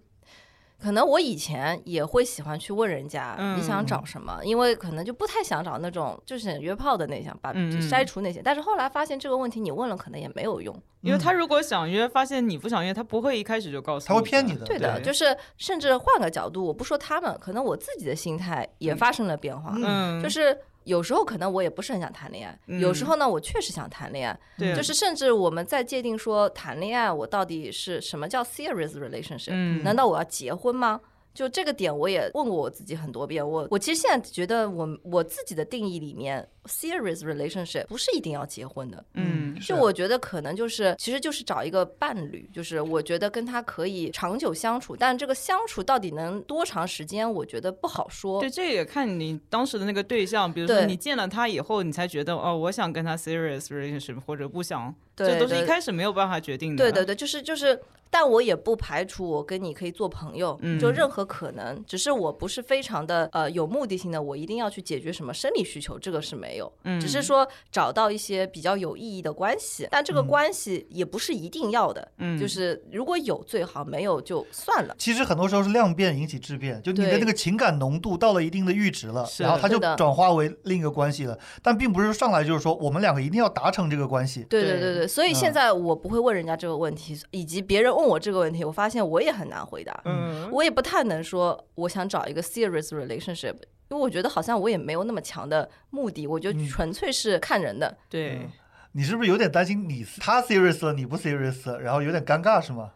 可能我以前也会喜欢去问人家嗯你想找什么，因为可能就不太想找那种就是想约炮的那些，把就嗯嗯筛除那些。但是后来发现这个问题你问了可能也没有用，因为他如果想约，发现你不想约，他不会一开始就告诉你，嗯他会骗你。的。对的，对就是甚至换个角度，我不说他们，可能我自己的心态也发生了变化，嗯，就是是。有时候可能我也不是很想谈恋爱，嗯有时候呢我确实想谈恋爱，对，就是甚至我们在界定说谈恋爱我到底是什么叫 serious relationship，、嗯难道我要结婚吗？就这个点我也问过我自己很多遍，我我其实现在觉得我我自己的定义里面 serious relationship 不是一定要结婚的，嗯，是就我觉得可能就是，其实就是找一个伴侣，就是我觉得跟他可以长久相处，但这个相处到底能多长时间，我觉得不好说对，。这也看你当时的那个对象，比如说对你见了他以后，你才觉得哦，我想跟他 serious relationship 或者不想，对这都是一对开始没有办法决定的。对对对，就是就是，但我也不排除我跟你可以做朋友，嗯就任何可能，只是我不是非常的呃有目的性的，我一定要去解决什么生理需求，这个是没有，嗯只是说找到一些比较有意义的关系，但这个关系也不是一定要的，嗯就是如果有最好，没有就算了。其实很多时候是量变引起质变，就你的对那个情感浓度到了一定的阈值了，是然后它是就的转化为另一个关系了。但并不是上来就是说我们两个一定要达成这个关系。对对嗯对对对，所以现在我不会问人家这个问题，以及别人问我这个问题，我发现我也很难回答，嗯，我也不太能说我想找一个 serious relationship，因为我觉得好像我也没有那么强的目的，我就嗯纯粹是看人的。对，你是不是有点担心你他 serious 了，你不 serious，了然后有点尴尬是吗？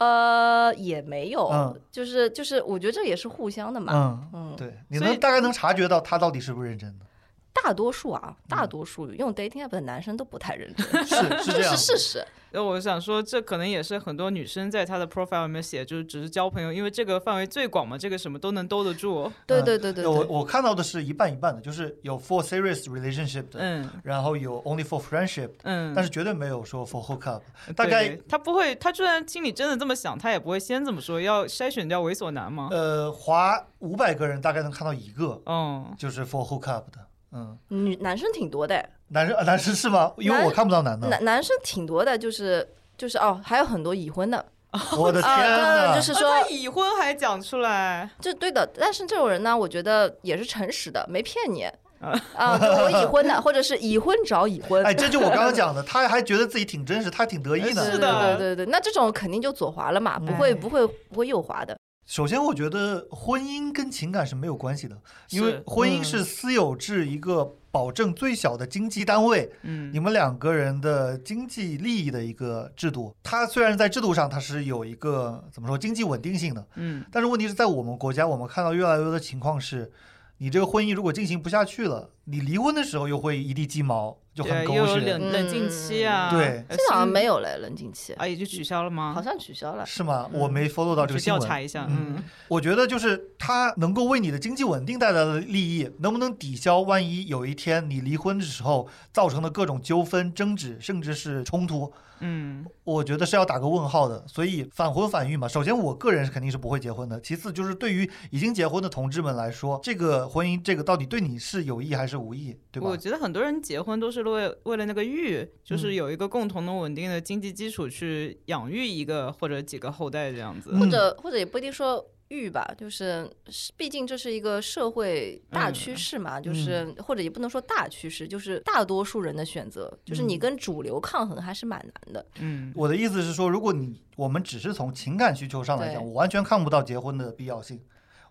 呃，也没有，嗯就是就是，我觉得这也是互相的嘛。嗯，嗯，对，你所以能大概能察觉到他到底是不是认真的。大多数啊，大多数用 dating app 的男生都不太认 真，是嗯是这这样是的，事实。那我想说，这可能也是很多女生在她的 profile 里面写，就是只是交朋友，因为这个范围最广嘛，这个什么都能兜得住。对嗯对对对我对，我看到的是一半一半的，就是有 for serious relationship 的，嗯然后有 only for friendship，嗯，但是绝对没有说 for hookup。对大概对她不会，她就算心里真的这么想，她也不会先这么说，要筛选掉猥琐男嘛。呃，划五百个人大概能看到一个，嗯，就是 for hookup 的。嗯，女男生挺多的，男生、啊、男生是吗？因为男我看不到男的。男男生挺多的，就是就是哦，还有很多已婚的我 哦的天啊，当呐！然就是啊说她已婚还讲出来，就对的，但是这种人呢，我觉得也是诚实的，没骗你啊啊，就我已婚的，或者是已婚找已婚。哎，这就我刚刚讲的，他还觉得自己挺真实，他还挺得意呢。呃是对的对对对，对那这种肯定就左滑了嘛，不哎会不会不会右滑的。首先，我觉得婚姻跟情感是没有关系的，因为是婚姻嗯是私有制一个保证最小的经济单位，嗯你，们两个人的经济利益的一个制度。它虽然在制度上它是有一个怎么说经济稳定性的，嗯，但是问题是在我们国家，我们看到越来越多的情况是，你这个婚姻如果进行不下去了，你离婚的时候又会一地鸡毛，就对，很又狗有血，冷冷静期啊，嗯对呃这好像新没有了冷静哎期，啊，也就取消了吗？好像取消了。是吗？嗯我没 follow 到这个去新调闻。查一下，嗯嗯，我觉得就是它能够为你的经济稳定带来的利益，能不能抵消万一有一天你离婚的时候造成的各种纠纷、争执，甚至是冲突，嗯，我觉得是要打个问号的。所以反婚反育嘛，首先我个人是肯定是不会结婚的。其次就是对于已经结婚的同志们来说，这个婚姻这个到底对你是有益还是无益，对吧嗯我？觉得很多人结婚都是为为了那个育，就是有一个共同的稳定的经济基础去养育一个或者几个后代这样子。嗯或者或者也不一定说欲吧，就是是毕竟这是一个社会嗯大趋势嘛，就是或者也不能说大趋势，就是大多数人的选择，就是嗯你跟主流抗衡还是蛮难的。嗯，我的意思是说，如果你我们只是从情感需求上来讲，对我完全看不到结婚的必要性。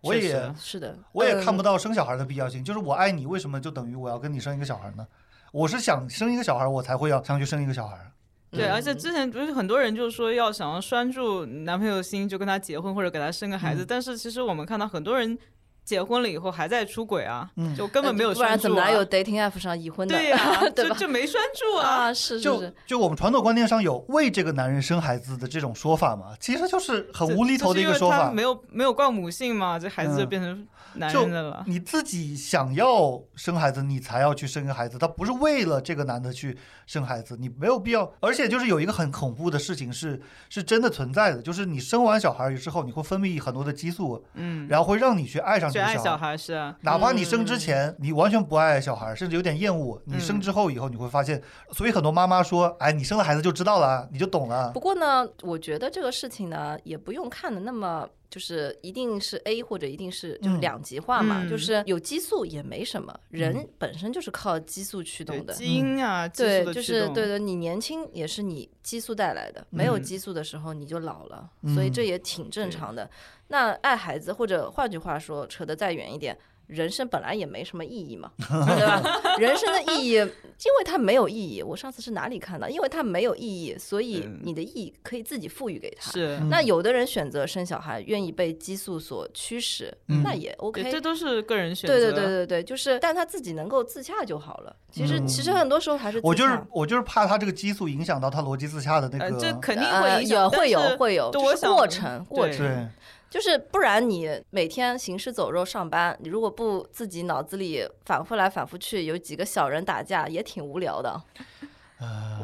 我确也实嗯是的，我也看不到。到生小孩的必要性，就是我爱你，为什么就等于我要跟你生一个小孩呢？我是想生一个小孩，我才会要想去生一个小孩。啊对，嗯而且之前不是很多人就说要想要拴住男朋友的心，就跟他结婚或者给他生个孩嗯子，但是其实我们看到很多人结婚了以后还在出轨啊，嗯就根本没有呃不然拴怎住、么啊哪，有 dating app 上已婚的？对呀、 对就吧？就没拴住啊。啊，是是，就是就我们传统观念上有为这个男人生孩子的这种说法嘛，其实就是很无厘头的一个说这这是因为法嗯他。没有没有灌母性嘛，这孩子就变成男就人的了。你自己想要生孩子，你才要去生个孩子，他不是为了这个男的去生孩子，你没有必要。而且就是有一个很恐怖的事情是是真的存在的，就是你生完小孩之后，你会分泌很多的激素，嗯，然后会让你去爱上去这个爱小孩小。孩是啊，哪怕你生之前、你完全不爱小孩，甚至有点厌恶，你生嗯之后以后你会发现，所以很多妈妈说，哎，你生了孩子就知道了，啊你就懂了不。过呢，我觉得这个事情呢，也不用看的那么。就是一定是 A 或者一定是就是嗯两极化嘛，嗯就是有激素也没什么，人本身就是靠激素驱对动的，嗯基因啊，激对素，的就驱是动对对，你年轻也是你激素带来的，没有嗯激素的时候你就老了，所以这嗯也挺正常的。那爱孩子，或者换句话说，扯得再远一点。人生本来也没什么意义 嘛，对吧？人生的意义，因为它没有意义。我上次是哪里看到？因为它没有意义，所以嗯你的意义可以自己赋予给它。是。嗯那有的人选择生小孩，愿意被激素所驱使，那嗯也对 OK。这都是个人选择。嗯对对对对对，就是，但他自己能够自洽就好了。其实、其实很多时候还是自洽我就是我就是怕他这个激素影响到他逻辑自洽的那呃，个，啊这肯定呃会影响，有但会有是会有，对就我是想过程过对程，对，就是不然你每天行尸走肉上班，你如果不自己脑子里反复来反复去，有几个小人打架也挺无聊的。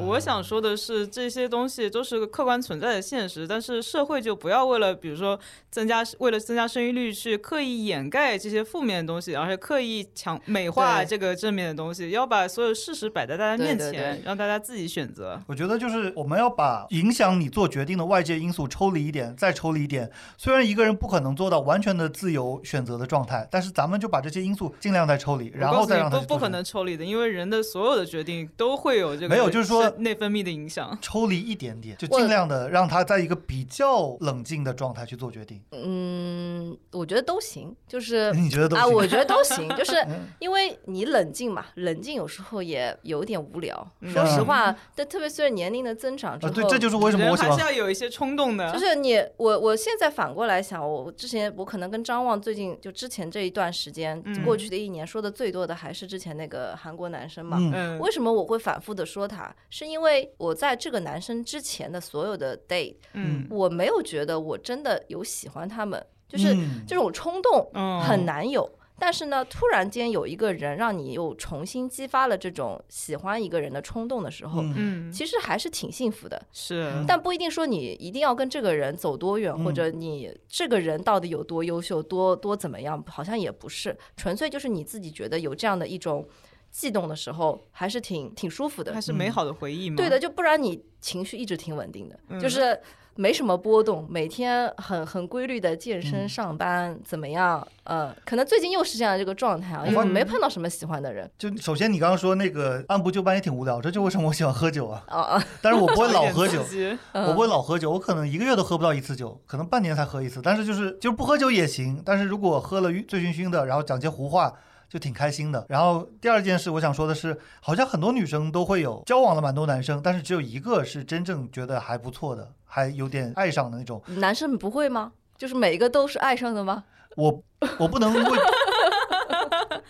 我想说的是，这些东西都是个客观存在的现实，但是社会就不要为了，比如说增加为了增加生育率去刻意掩盖这些负面的东西，而且刻意强美化对这个正面的东西，要把所有事实摆在大家对面对前，对让大家自己选择。我觉得就是我们要把影响你做决定的外界因素抽离一点，再抽离一点。虽然一个人不可能做到完全的自由选择的状态，但是咱们就把这些因素尽量再抽离，然我告后诉再你让他不不去做可决定能抽离的，因为人的所有的决定都会有这个没有就是说是内分泌的影响。抽离一点点，就我尽量的让他在一个比较冷静的状态去做决定。嗯，我觉得都行，就是你觉 得都啊，行我觉得都 行，就是嗯因为你冷静嘛，冷静有时候也有点无聊。嗯说实话，但特别随着年龄的增长之啊，后，对，这就是为什么人我喜还欢是要有一些冲动的，啊就是你我我现在反过来想，我之前我可能跟张望最近就之前这一段时间嗯过去的一年说的最多的还是之前那个韩国男生嘛。嗯嗯，为什么我会反复的说他？是因为我在这个男生之前的所有的 date，嗯我没有觉得我真的有喜欢他们，就是嗯哦这种冲动嗯很难有。但是呢，突然间有一个人让你又重新激发了这种喜欢一个人的冲动的时候，嗯嗯其实还是挺幸福的。是但不一定说你一定要跟这个人走多远，嗯或者你这个人到底有多优秀、多多怎么样，好像也不是，纯粹就是你自己觉得有这样的一种悸动的时候，还是挺挺舒服的还。是嗯美好的回忆嘛？对的，，就不然你情绪一直挺稳定的，嗯就是没什么波动，每天很很规律的健身、嗯上班，怎么样？呃，可能最近又是这样这个状态啊，我因为发没碰到什么喜欢的人就首先你刚刚说那个按部就班也挺无聊，这就为什么我喜欢喝酒啊。啊啊，但是我不会有老点喝酒刺，激我不会老喝酒，我可能一个月都喝不到一次酒，可能半年才喝一次。但是就是就是不喝酒也行，但是如果喝了晕醉醺醺的，然后讲些胡话，就挺开心的。然后第二件事我想说的是，好像很多女生都会有交往了蛮多男生，但是只有一个是真正觉得还不错的，还有点爱上的那种。 男生不会吗？就是每一个都是爱上的吗？我我不能为，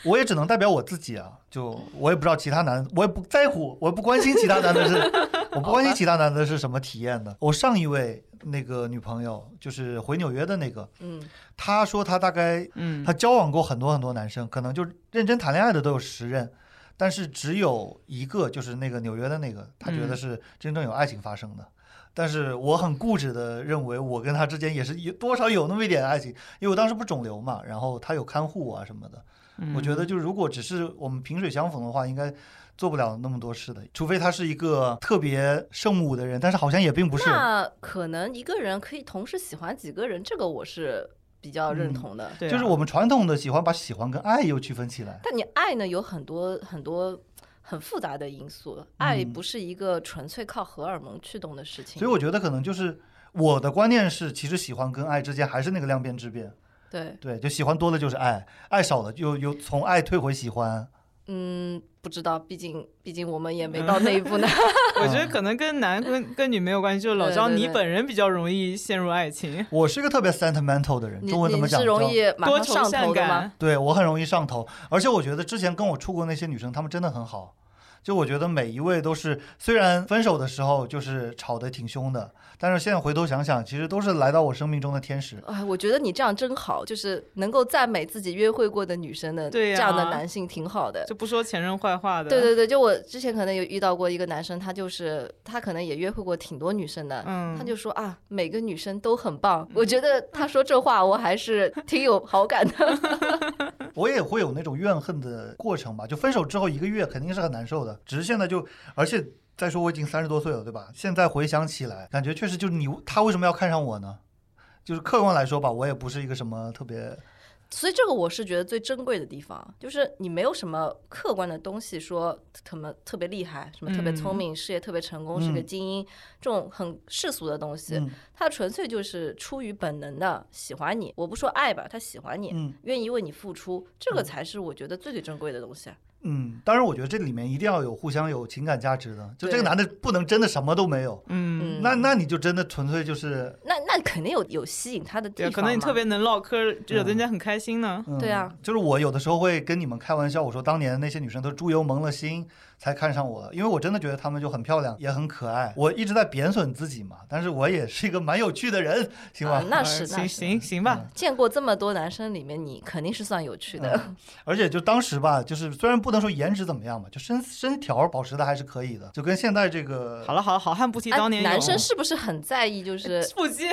我也只能代表我自己啊。就我也不知道其他男，我也不在乎，我也不关心其他男的是，我不关心其他男的是什么体验的。我上一位那个女朋友，就是回纽约的那个，嗯，她说她大概嗯她交往过很多很多男生，可能就认真谈恋爱的都有十任。但是只有一个，就是那个纽约的那个，她觉得嗯是真正有爱情发生的。但是我很固执的认为，我跟她之间也是有多少有那么一点爱情，因为我当时不肿瘤嘛，然后她有看护我啊什么的。嗯我觉得就是如果只是我们萍水相逢的话，应该做不了那么多事的，除非她是一个特别圣母的人，但是好像也并不是。那可能一个人可以同时喜欢几个人，这个我是比较认同的。对啊，就是我们传统的喜欢把喜欢跟爱又区分起来。但你爱呢，有很多很多很复杂的因素，爱不是一个纯粹靠荷尔蒙驱动的事情。嗯所以我觉得可能就是我的观念是，其实喜欢跟爱之间还是那个量变质变。对，对，就喜欢多了就是爱，爱少了就又从爱退回喜欢。嗯，不知道，毕竟毕竟我们也没到那一 步呢。我嗯觉得可能跟男跟跟女没有关系，就是老对张对你对本人比较容易陷入爱情，我是一个特别 sentimental 的人，你中文怎么你讲？是容叫易马多上愁上善头的吗？感。对我很容易上头，而且我觉得之前跟我处过那些女生，她们真的很好。就我觉得每一位都是，虽然分手的时候就是吵得挺凶的，但是现在回头想想，其实都是来到我生命中的天使。哎，我觉得你这样真好，就是能够赞美自己约会过的女生的对这呀样的男性挺好的。就不说前任坏话的，对对对，就我之前可能有遇到过一个男生，他就是他可能也约会过挺多女生的，嗯他就说啊，每个女生都很棒。嗯我觉得他说这话我还是挺有好感的。 我也会有那种怨恨的过程吧，就分手之后一个月肯定是很难受的，只是现在就，而且再说我已经三十多岁了，对吧？现在回想起来，感觉确实就是你他为什么要看上我呢？就是客观来说吧，我也不是一个什么特别所以这个我是觉得最珍贵的地方，就是你没有什么客观的东西说什么特别厉害，什么特别聪明，事业特别成功，是个嗯精英，这种很世俗的东西，嗯他纯粹就是出于本能的喜欢你。我不说爱吧，他喜欢你，嗯愿意为你付出，这个才是我觉得最最珍贵的东西。嗯，当然，我觉得这里面一定要有互相有情感价值的，就对这个男的不能真的什么都没有，嗯，嗯，那那你就真的纯粹就是，那那肯定有有吸引他的地对，啊方可能你嘛特别能唠嗑，惹得人家很开心呢。嗯、对啊，就是我有的时候会跟你们开玩笑，我说当年那些女生都猪油蒙了心才看上我的，因为我真的觉得她们就很漂亮，也很可爱，我一直在贬损自己嘛，但是我也是一个蛮有趣的人，行吧？啊那呃是那行是行行嗯吧，见过这么多男生里面，你肯定是算有趣的。嗯 而且就当时吧，就是虽然不能说颜值怎么样吧，就身身条保持的还是可以的，就跟现在这个好了好了，好汉不提哎当年勇，啊男生是不是很在意？就是 腹肌，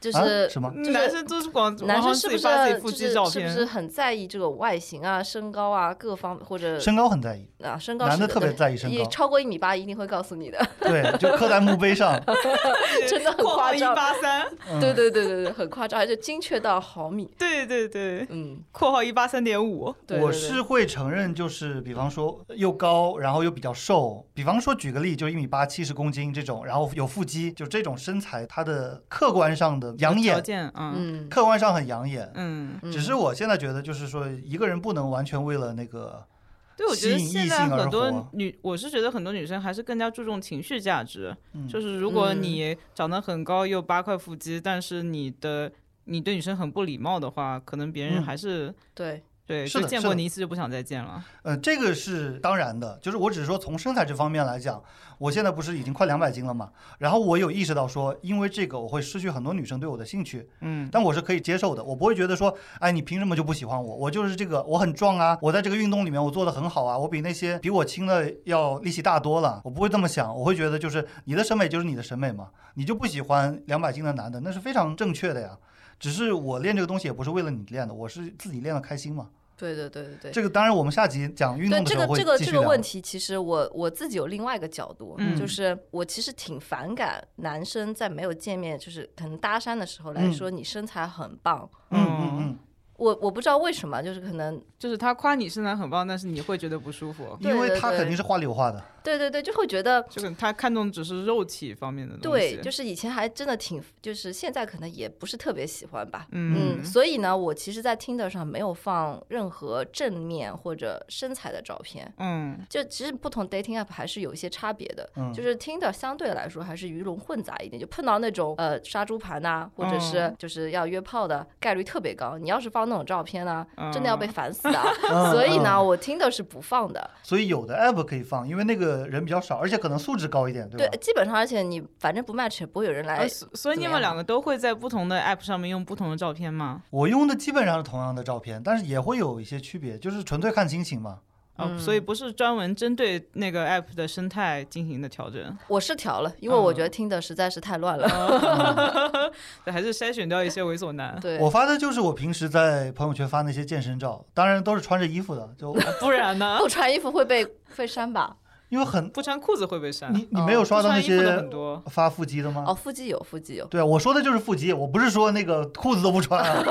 就哎啊是什么就是男生就是光男生光是自不己是发自己就腹是肌照是不片 是很在意这个外形啊、身高啊各方或者身高很在意，啊身高男是的个特别在意身一高，超过一米八一定会告诉你的，对，就刻在墓碑 上。真的很括夸号一张八三，嗯 对对对对对，很夸张，而且精确到毫米，对对对，嗯，括号一八三点五，对我对对是会承认，就是比方说又高，然后又比较瘦，比方说举个例，就一米八七十公斤这种，然后有腹肌，就这种身材，它的客观上的养条眼，件啊，嗯嗯客观上很养眼。嗯，嗯只是我现在觉得，就是说一个人不能完全为了那个，对，我觉得吸引现异在性而很多活女，我是觉得很多女生还是更加注重情绪价值，嗯就是如果嗯你长得很高又八块腹肌，但是你的你对女生很不礼貌的话，可能别人嗯还是、对，对是就的见是过的你一次就不想再见了。呃，这个是当然的，就是我只是说从身材这方面来讲，我现在不是已经快两百斤了嘛，然后我有意识到说，因为这个我会失去很多女生对我的兴趣，嗯，但我是可以接受的，我不会觉得说，哎，你凭什么就不喜欢我？我就是这个，我很壮啊，我在这个运动里面我做的很好啊，我比那些比我轻的要力气大多了，我不会这么想，我会觉得就是你的审美就是你的审美嘛，你就不喜欢两百斤的男的，那是非常正确的呀。只是我练这个东西也不是为了你练的，我是自己练的开心嘛。对对对对对。这个当然我们下集讲运对动的这时候个会这个继这续个聊。问题，其实我我自己有另外一个角度，嗯就是我其实挺反感男生在没有见面，就是可能搭讪的时候来嗯说你身材很棒。嗯嗯嗯。我我不知道为什么，就是可能就是他夸你身材很棒，但是你会觉得不舒服，对因为对他对肯定是花里有花的，对对对，就会觉得就可能他看重只是肉体方面的东西。对，就是以前还真的挺，就是现在可能也不是特别喜欢吧。嗯所以呢，我其实，在 Tinder 上没有放任何正面或者身材的照片。嗯就其实不同 dating app 还是有一些差别的，嗯就是 Tinder 相对来说还是鱼龙混杂一点，就碰到那种呃杀猪盘呐、或者是嗯就是要约炮的概率特别高。你要是放那种照片呢、嗯真的要被烦死的啊。 嗯所以呢，嗯我 Tinder 是不放的。所以有的 app 可以放，因为那个人比较少，而且可能素质高一点，对对吧？，基本上而且你反正不 match 也不会有人来呃，所所以怎你么们样两个都会在不同的 app 上面用不同的照片吗？我用的基本上是同样的照片，但是也会有一些区别，就是纯粹看心情嘛。啊、嗯所以不是专门针对那个 app 的生态进行的调整，我是调了，因为我嗯觉得听的实在是太乱了。，对，还是筛选掉一些猥琐男对，嗯我发的就是我平时在朋友圈发那些健身照，当然都是穿着衣服的， 就啊不然呢？不穿衣服会被会删吧？因为很不穿裤子会被删。你你哦没有刷不到那穿衣服的些很多，发腹肌的哦，吗？腹肌有，腹肌有。对啊，我说的就是腹肌，我不是说那个裤子都不穿 啊，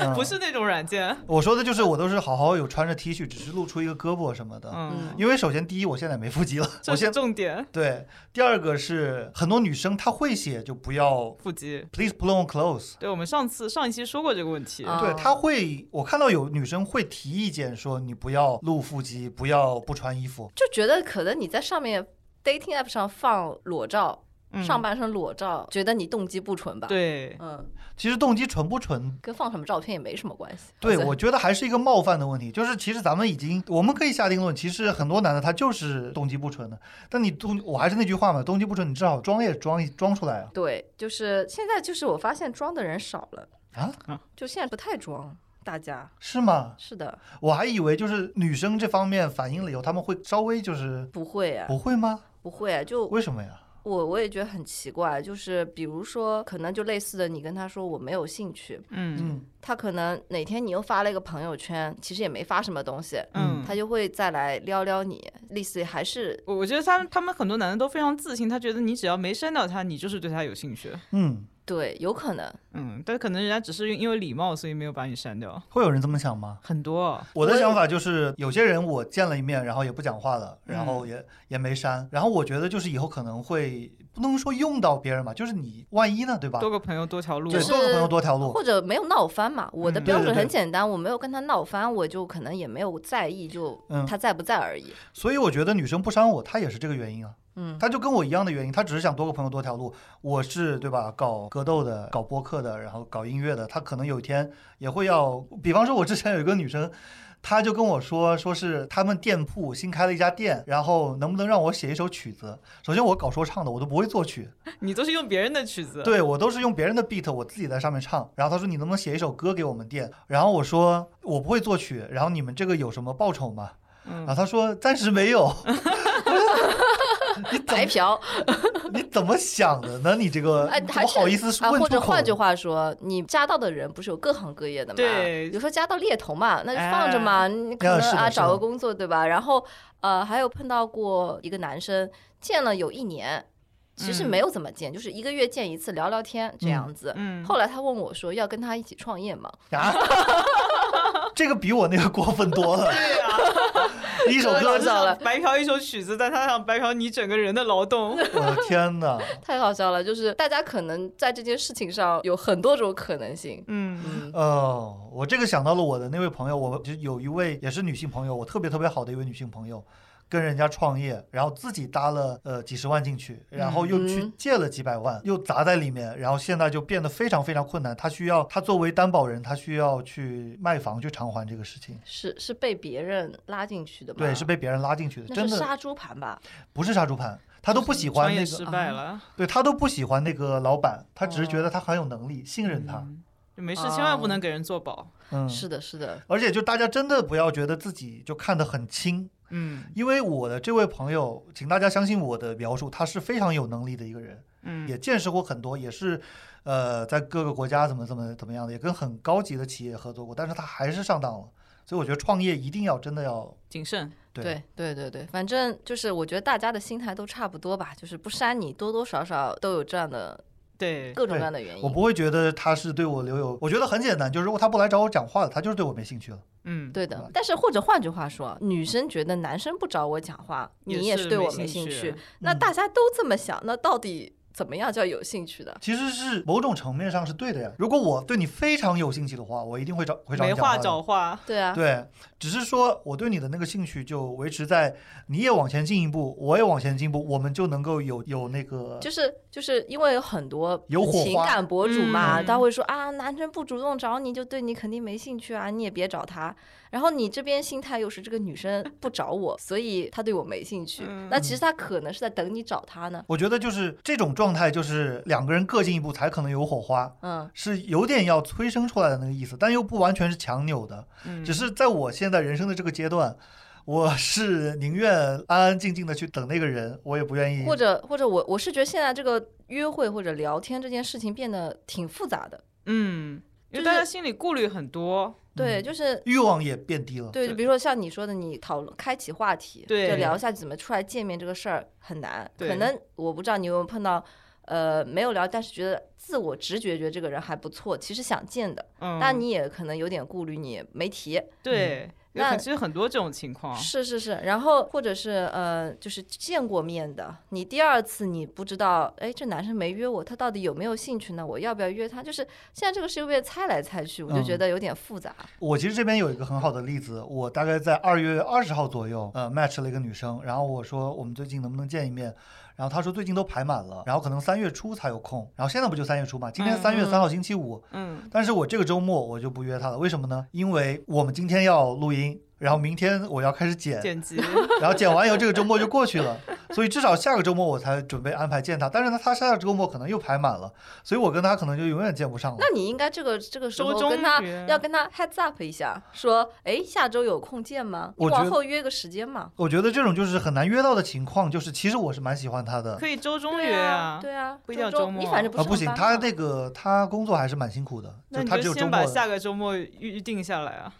嗯不是那种软件。我说的就是我都是好好有穿着 T 恤，只是露出一个胳膊什么的。嗯，因为首先第一，我现在没腹肌了，这我是现重点，对。第二个是很多女生她会写就不要腹肌。 please put on clothes，对我们上次上一期说过这个问题，啊对，她会，我看到有女生会提意见说你不要露腹肌，不要不穿衣服。就觉得可能你在上面 dating app 上放裸照，嗯上半身裸照，觉得你动机不纯吧？，对，嗯，其实动机纯不纯，跟放什么照片也没什么关系。对好像我觉得还是一个冒犯的问题。就是其实咱们已经，我们可以下定论，其实很多男的他就是动机不纯的。但你动，我还是那句话嘛，动机不纯，你至少装也装一装出来啊。对，就是现在就是我发现装的人少了啊，就现在不太装，大家是吗？是的，我还以为就是女生这方面反应了以后，他们会稍微就是不会啊，不会吗？不会啊，就为什么呀？我我也觉得很奇怪，就是比如说可能就类似的，你跟他说我没有兴趣，嗯嗯，他可能哪天你又发了一个朋友圈，其实也没发什么东西，嗯，他就会再来撩撩你，类似于还是我我觉得他们他们很多男的都非常自信，他觉得你只要没删掉他，你就是对他有兴趣。嗯，对，有可能。嗯，但可能人家只是因为礼貌，所以没有把你删掉。会有人这么想吗？很多，我我的也想法就是，有些人我见了一面，然后也不讲话了，嗯然后也、也没删，然后我觉得就是以后可能会不能说用到别人吧，就是你万一呢，对吧？多个朋友多条路。对，就是多个朋友多条路。或者没有闹翻嘛。我的嗯标哦对对准很对简单，我没有跟他闹翻，我就可能也没有在意，就嗯他在不在而已。所以我觉得女生不删我，她也是这个原因啊，嗯，她就跟我一样的原因，她只是想多个朋友多条路。我是对吧？搞格斗的，搞播客的，然后搞音乐的，她可能有一天也会要，比方说，我之前有一个女生。她就跟我说，说是他们店铺新开了一家店，然后能不能让我写一首曲子？首先我搞说唱的，我都不会作曲，你都是用别人的曲子。对我都是用别人的 beat，我自己在上面唱。然后他说你能不能写一首歌给我们店？然后我说我不会作曲，然后你们这个有什么报酬吗？嗯哎然后他说暂时没有。你怎 白么嫖， 你怎么想的呢？你这个哎你还不是好意思啊，问或出者口换句话说，你加到的人不是有各行各业的嘛？对比如说加到猎头嘛，那就放着嘛，你可能啊是的啊是的找个工作对吧？然后呃，还有碰到过一个男生，见了有一年，其实嗯没有怎么见，就是一个月见一次，聊聊天这样子。嗯后来他问我说要跟他一起创业嘛？啊， 这个比我那个过分多 了。对啊，一首歌知道了白嫖一首曲子，但他想白嫖你整个人的劳动。我的天哪！太好笑了，就是大家可能在这件事情上有很多种可能性。 嗯嗯，哦，我这个想到了我的那位朋友，我就有一位也是女性朋友，我特别特别好的一位女性朋友，跟人家创业，然后自己搭了呃几十万进去，然后又去嗯借了几百万，又砸在里面，然后现在就变得非常非常困难。她需要，她作为担保人，她需要去卖房去偿还这个事情。是是被别人拉进去的吗？对，是被别人拉进去的，那真是的杀猪盘吧？不是杀猪盘，她都不喜创欢业那失个，败了，对她都不喜欢那个老板，她只是觉得他很有能力，信任他。嗯就没事，千万不能给人做保。嗯，是的，是的，而且就大家真的不要觉得自己就看得很清，嗯因为我的这位朋友，请大家相信我的描述，他是非常有能力的一个人，嗯也见识过很多，也是，呃，在各个国家怎么怎么怎么样的，也跟很高级的企业合作过，但是他还是上当了。所以我觉得创业一定要真的要谨慎。对对对对对，反正就是我觉得大家的心态都差不多吧，就是不删你，多多少少都有这样的对，各种各样的原我因。不会觉得他是对我留有，我觉得很简单，就是如果他不来找我讲话了，他就是对我没兴趣了。嗯，对的，但是或者换句话说，女生觉得男生不找我讲话，你也是对我没兴趣。。那嗯大家都这么想，那到底怎么样叫有兴趣的？其实是某种层面上是对的呀。如果我对你非常有兴趣的话，我一定会找会找你没讲话话的找话。对啊，对，只是说我对你的那个兴趣就维持在，你也往前进一步，我也往前进一步，我们就能够有有那个就是就是因为有很多有火花情感博主嘛，嗯他会说啊，男生不主动找你，就对你肯定没兴趣啊，你也别找他。然后你这边心态又是这个女生不找我，所以他对我没兴趣。嗯那其实他可能是在等你找他呢。我觉得就是这种状态，就是两个人各进一步才可能有火花，嗯，是有点要催生出来的那个意思，但又不完全是强扭的，嗯，只是在我现在人生的这个阶段。我是宁愿安安静静的去等那个人，我也不愿意。或者或者我我是觉得现在这个约会或者聊天这件事情变得挺复杂的。嗯，因就为是大家心里顾虑很多。嗯对，就是欲望也变低了。对，对比如说像你说的，你讨论开启话题，对就聊一下怎么出来见面这个事儿很难。对可能我不知道你有没有碰到，呃，没有聊，但是觉得自我直觉觉得这个人还不错，其实想见的，嗯，但你也可能有点顾虑，你没提。嗯对，有那很其实很多这种情况。是是是，然后或者是呃，就是见过面的，你第二次你不知道，哎，这男生没约我，他到底有没有兴趣呢？我要不要约他？就是现在这个事又被猜来猜去，我就觉嗯得有点复杂。我其实这边有一个很好的例子，我大概在二月二十号左右，呃，match 了一个女生，然后我说我们最近能不能见一面，然后她说最近都排满了，然后可能三月初才有空，然后现在不就三月初嘛，今天嗯三月三号星期五，嗯但是我这个周末我就不约她了，为什么呢？因为我们今天要录音，然后明天我要开始剪，剪辑， 然后剪完以后这个周末就过去了，所以至少下个周末我才准备安排见她，但是呢，她下个周末可能又排满了，所以我跟她可能就永远见不上了那。你应该这个这个时周候中跟他约要跟他 heads up 一下，说，哎，下周有空见吗？你我觉往得后约个时间嘛。我觉得这种就是很难约到的情况，就是其实我是蛮喜欢她的，可以周中对约啊，对啊，不一定要周周中末你反正不啊，上不行，班他嘛那个他工作还是蛮辛苦的，那就你他只有周先末把，下个周末预预定下来啊。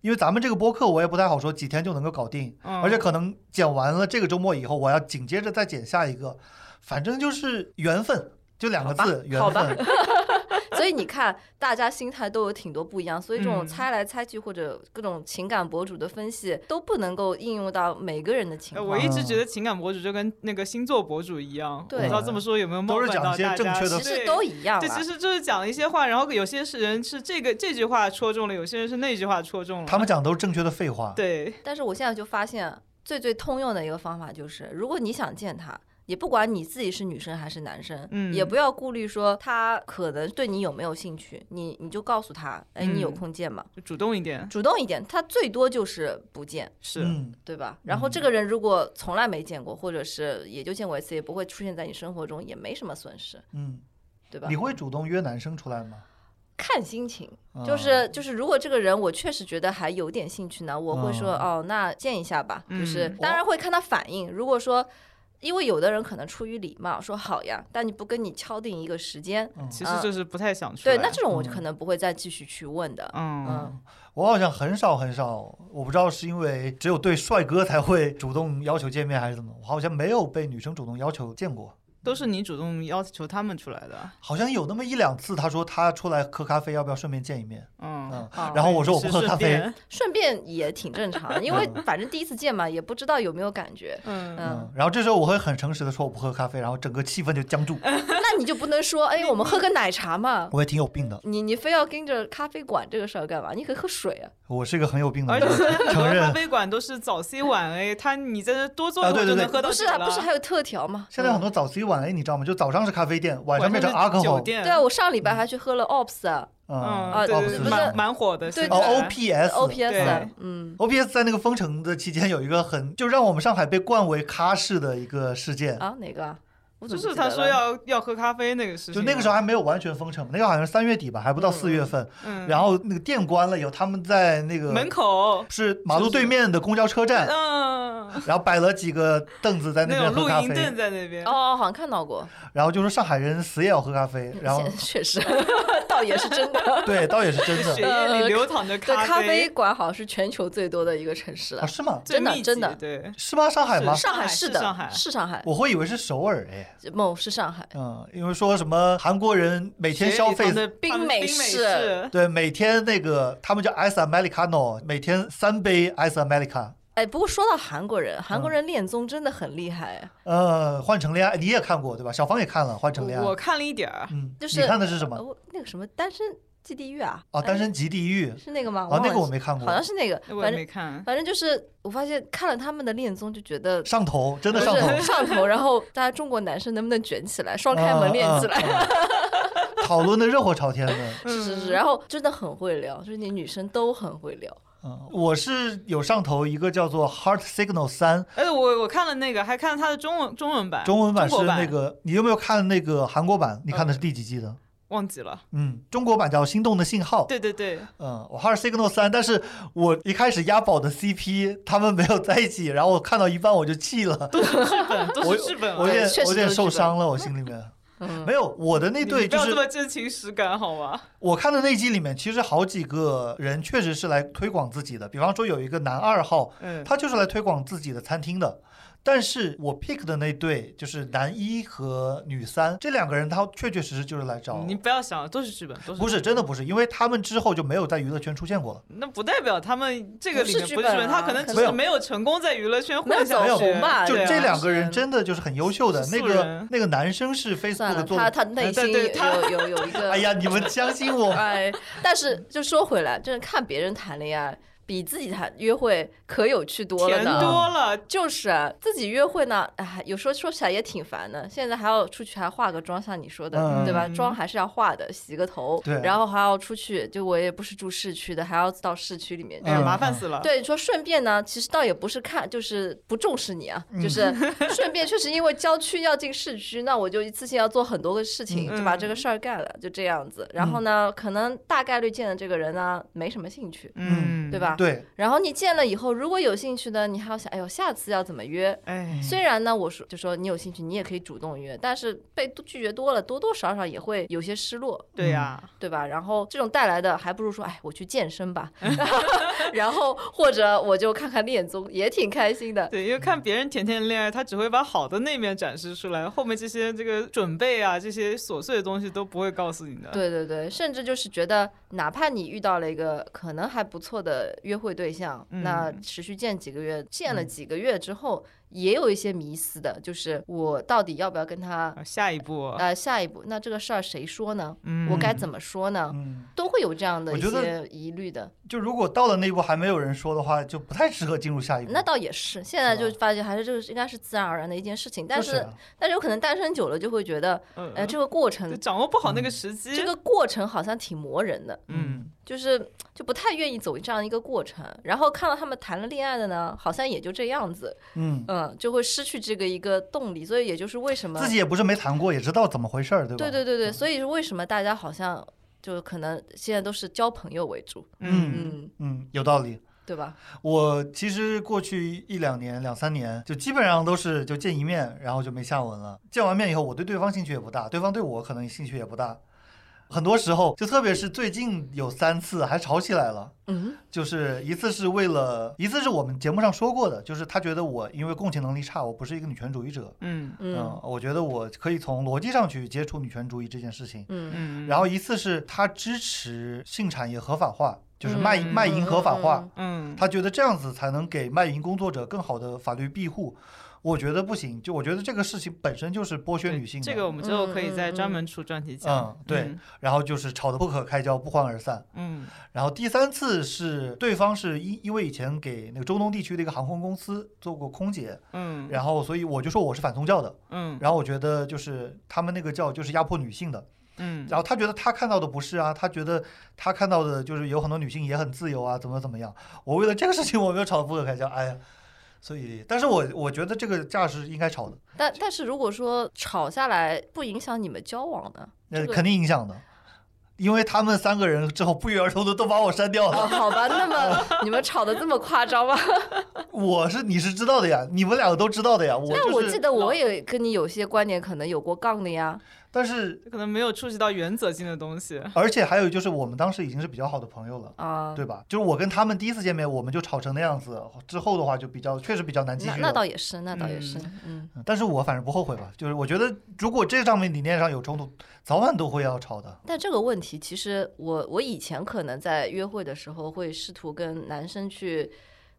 因为咱们这个播客我也不太好说几天就能够搞定，嗯，而且可能剪完了这个周末以后，我要紧接着再剪下一个，反正就是缘分，就两个字，好缘吧分。所以你看，大家心态都有挺多不一样，所以这种嗯猜来猜去或者各种情感博主的分析都不能够应用到每个人的情呃况。我嗯一直觉得情感博主就跟那个星座博主一样，对我不知道这么说有没有冒都是犯讲到一些大正家确的其对实都一样啊对，啦其实就是讲了一些话，然后有些是人是这个这句话戳中了，有些人是那句话戳中了。他们讲都是正确的废话，对，但是我现在就发现，最最通用的一个方法就是，如果你想见他。也不管你自己是女生还是男生，嗯也不要顾虑说他可能对你有没有兴趣，你你就告诉他，哎，你有嗯空见吗？就主动一点主动一点，他最多就是不见，是。嗯，对吧？然后这个人如果从来没见过，或者是也就见过一次，也不会出现在你生活中，也没什么损失，嗯，对吧你？会主动约男生出来吗？看心情，啊就是就是，如果这个人我确实觉得还有点兴趣呢，我会说嗯哦，那见一下吧。就是嗯当然会看他反应，如果说。因为有的人可能出于礼貌说好呀，但你不跟你敲定一个时间，嗯其实就是不太想出来。对，那这种我就嗯可能不会再继续去问的。嗯，嗯，我好像很少很少，我不知道是因为只有对帅哥才会主动要求见面，还是怎么？我好像没有被女生主动要求见过，都是你主动要求他们出来的。好像有那么一两次，他说他出来喝咖啡，要不要顺便见一面？嗯，嗯，好然后我说我不是喝咖顺啡，便。嗯顺便也挺正常，因为反正第一次见嘛，也不知道有没有感觉。嗯，嗯嗯，，然后这时候我会很诚实的说我不喝咖啡，然后整个气氛就 僵住，那你就不能说，哎，我们喝个奶茶嘛？我也挺有病的，你你非要跟着咖啡馆这个事儿干嘛？你可以喝水啊。我是一个很有病的而且人，现在很多承认咖啡馆都是早 C 晚 A，他你在这多坐啊一会儿对对就对能喝到不酒是了。啊，不是还有特调吗？嗯现在很多早 C 晚 A 你知道吗？就早上是咖啡店，晚上晚变成上是酒 alcohol，店。对啊，我上礼拜还去喝了 Ops 啊嗯，嗯，哦对不对是对，不蛮是蛮火的。对现哦在，OPS OPS，啊对嗯， OPS 在那个封城的期间有一个很，就让我们上海被冠为咖式的一个事件，啊哪个啊？我怎就么不是记得他说了哦要要喝咖啡那个事情，啊就那个时候还没有完全封城，那个好像是三月底吧，还不到四月份。嗯，然后那个店关了以后，他们在那个门口，是马路对面的公交车站，嗯，然后摆了几个凳子在那那边种喝露咖营啡凳，在那边。哦，好像看到过，然后就说上海人死也要喝咖啡，然后现 确实，倒也是 真的。对，倒也是真血的液里流淌着呃对，咖啡啡，馆好像是全球最多的一个城市啊，了，是吗？最真的密集真的对，是吗？上海吗？是上海是是的，上海是上海，我会以为是首尔哎，某是上海。嗯，因为说什么韩国人每天消费的冰美美式式， 对，每天那个他们叫 ice americano，每天三杯 ice america。哎，不过说到韩国人，韩嗯国人恋综真的很厉害，呃，换成恋爱你也看过对吧？小芳也看了《换成恋爱我》，看了一点儿，嗯，就是你看的是什呃么？我那个什么《单身即地狱》啊？哦，《单哎身即地狱》是那个吗？啊，那个我呃忘了没看好像过，是那个，我也反正没看。反正就是我发现看了他们的恋综就觉得上头，真不的是上 头，上头，然后大家中国男生能不能卷起来，双开门恋起来？啊，啊啊讨论的热火朝天的。是是是， 嗯然后真的很会聊，就是你女生都很会聊。嗯，我是有上头一个叫做《Heart Signal 三》，而且呃我我看了那个，还看了他的中文中哎文版，中文版是国那个，你有没有看那个韩国版？你看的是第几季的？忘记了。嗯，中国版叫《心动的信号》。对对对，嗯，我还是 Signal 三，但是我一开始押宝的 CP 他们没有在一起，然后我看到一半我就气了，都是剧本，都是剧本我有了。点啊对确实我有点都是剧受本伤了，我心里面。 嗯没有我的那你对不就要是这么真情实感好吗？我看的那季里面，其实好几个人确实是来推广自己的，比方说有一个男二号，嗯，他就是来推广自己的餐厅的。但是我 pick 的那对就是男一和女三这两个人，他确确实实就是来找你，不要想，都是剧本，都是不是真的不是，因为他们之后就没有在娱乐圈出现过了。那不代表他们这个里面不是不是剧剧本本，啊他可能只没有是没有成功在娱乐圈没有混下走去。红吧就对啊这两个人是真的就是很优秀的，是那素个人那个男生是算 Facebook 了，做他的，他内心啊对有对他有有有一 个，哎呀，你们相信 我，哎，但是就说回来，就是看别人谈恋爱比自己谈约会可有趣多了甜呢。多了，就是啊自己约会呢，哎，有时候说起来也挺烦的。现在还要出去还化个妆，像你说的，嗯对吧？妆还是要化的，洗个头，对然后还要出去。就我也不是住市区的，还要到市区里面去。哎呀，嗯麻烦死了。对，你说顺便呢，其实倒也不是看，就是不重视你啊，就是 顺便确实因为郊区要进市区，那我就一次性要做很多个事情，就把这个事儿干了，就这样子。然后呢，可能大概率见的这个人呢没什么兴趣，嗯，对？吧？对，然后你见了以后，如果有兴趣的，你还要想，哎呦，下次要怎么约？哎，虽然呢，我说就说你有兴趣，你也可以主动约，但是被拒绝多了，多多少少也会有些失落。对呀，对吧？然后这种带来的，还不如说，哎，我去健身吧， 然后或者我就看看恋综，也挺开心嗯的。对，因为看别人甜甜恋爱，他只会把好的那面展示出来，后面这些这个准备啊，这些琐碎的东西都不会告诉你的。对对对，甚至就是觉得，哪怕你遇到了一个可能还不错的约会对象，嗯那持续见几个月，见了几个月之后，也有一些迷思的，就是我到底要不要跟他啊，下一步，呃下一步？那这个事儿谁说呢？嗯，我该怎么说呢？嗯，都会有这样的我一觉得些疑虑的。就如果到了那一步还没有人说的话，就不太适合进入下一步。那倒也是，现在嗯是就发觉还是这个是应该是自然而然的一件事情，但就是是啊但是有可能单身久了就会觉得，嗯？呃，这个过就程，掌握不好嗯那个时机。这个过程好像挺磨人的，嗯，就是就不太愿意走这样一个过程。然后看到他们谈了恋爱的呢，好像也就这样子，嗯，嗯，就会失去这个一个动力。所以也就是为什么自，己也不是没谈过，也知道怎么回事儿，对吧？嗯对对对对，所以是为什么大家好像就可能现在都是交朋友为主，嗯嗯，嗯，有道理。对吧？我其实过去一两年、两三年，就基本上都是就见一面，然后就没下文了。见完面以后，我对对方兴趣也不大，对方对我可能兴趣也不大。很多时候，就特别是最近有三次还吵起来了，嗯，就是一次是为了，一次是我们节目上说过的，就是他觉得我因为共情能力差，我不是一个女权主义者，嗯嗯我觉得我可以从逻辑上去接触女权主义这件事情。嗯嗯，然后一次是他支持性产业合法化，就是卖嗯卖淫合法化，嗯，他觉得这样子才能给卖淫工作者更好的法律庇护。我觉得不行，就我觉得这个事情本身就是剥削对女性的。这个我们之后可以再嗯嗯专门出专题讲。嗯，对，然后就是吵得不可开交，不欢而散。嗯，然后第三次是对方是因因为以前给那个中东地区的一个航空公司做过空姐，嗯嗯然后所以我就说我是反宗教的，嗯然后我觉得就是他们那个教就是压迫女性的，嗯然后他觉得他看到的不是啊，他觉得他看到的就是有很多女性也很自由啊，怎么怎么样。我为了这个事情我没有吵得不可开交，哎呀，所以，但是我我觉得这个架是应该吵的，但但是如果说吵下来不影响你们交往呢？那这个肯定影响的，因为他们三个人之后不约而同的都把我删掉哦， 了。好吧，那么你们吵得这么夸张吗？我是你是知道的呀，你们两个都知道的呀，我但我就记是，得我也跟你有些观点可能有过杠的呀。但嗯是可能没有触及到原则性的东西。而且还有就是我们当时已经是比较好的朋友了。啊，对吧？就是我跟他们第一次见面，我们就吵成那样子，之后的话就比较确实比较难继续那了。那倒也是，那倒也是，嗯，嗯但是我反正不后悔吧，就是我觉得如果这上面理念上有冲突，早晚都会要吵的。但这个问题，其实我我以前可能在约会的时候会试图跟男生去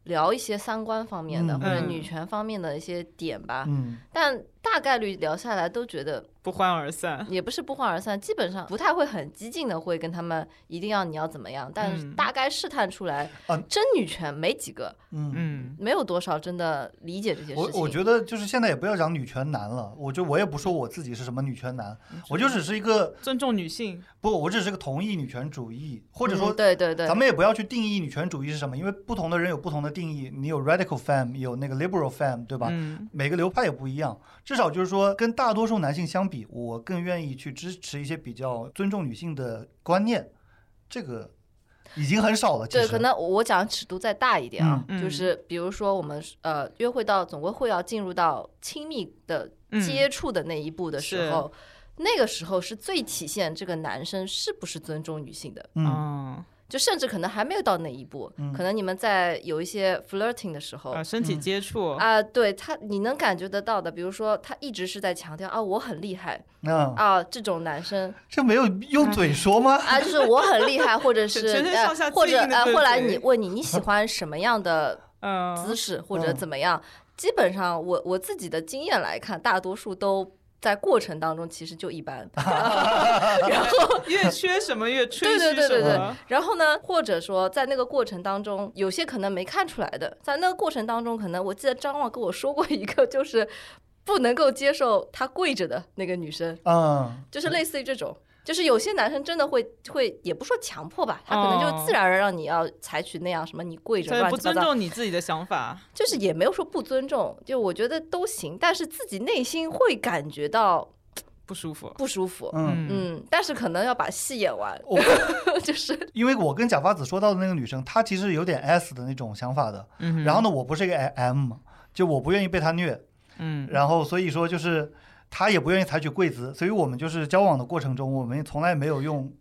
聊一些三观方面的、嗯或者嗯女权方面的一些点吧，嗯，但大概率聊下来都觉得不欢而啊散。也不是不欢而散，基本上不太会很激进的会跟他们一定要你要怎么样，但是嗯大概试探出来，啊真女权没几个，嗯，嗯没有多少真的理解这些事情。我我觉得就是现在也不要讲女权男了，我就我也不说我自己是什么女权男，嗯我就只是一个尊重女性，不，我只是个同意女权主义，或者嗯说。对对对，咱们也不要去定义女权主义是什么，因为不同的人有不同的定义。你有 radical fem，有那个 liberal fem，对吧？嗯每个流派也不一样，至少就是说，跟大多数男性相比，我更愿意去支持一些比较尊重女性的观念，这个已经很少了。其对，实可能我讲尺度再大一点啊，嗯就是比如说我们呃约会到总归会要进入到亲密的嗯接触的那一步的时是候，那个时候是最体现这个男生是不是尊重女性的。嗯，哦就甚至可能还没有到那一步，嗯可能你们在有一些 flirting 的时候啊，身体嗯接触，啊、对他，你能感觉得到的，比如说他一直是在强调啊，我很厉害哦那、啊，这种男生这没有嗯用嘴说吗？ 啊，就是我很厉害，或者是全身上下呃，或对者应的呃，对后来嘴 你问你你喜欢什么样的嗯，姿势或者嗯怎么样，基本上我我自己的经验来看，大多数都。在过程当中，其实就一般。啊然后，越缺什么越吹对嘘对对什对么对，然后呢，或者说在那个过程当中，有些可能没看出来的，在那个过程当中，可能我记得张望跟我说过一个，就是不能够接受她跪着的那个女生，嗯，就是类似于这种。就是有些男生真的会会，也不说强迫吧，他可能就哦自然而然让你要采取那样什么你跪着他也乱不七八尊糟，重你自己的想法，就是也没有说不尊重，就我觉得都行，但是自己内心会感觉到不舒服。不舒服，嗯，嗯嗯，但是可能要把戏演完， 我就是因为我跟假发子说到的那个女生，她其实有点 S 的那种想法的。嗯哼，然后呢，我不是一个 M，就我不愿意被她虐，嗯然后所以说就是她也不愿意采取跪姿，所以我们就是交往的过程中，我们从来没有用，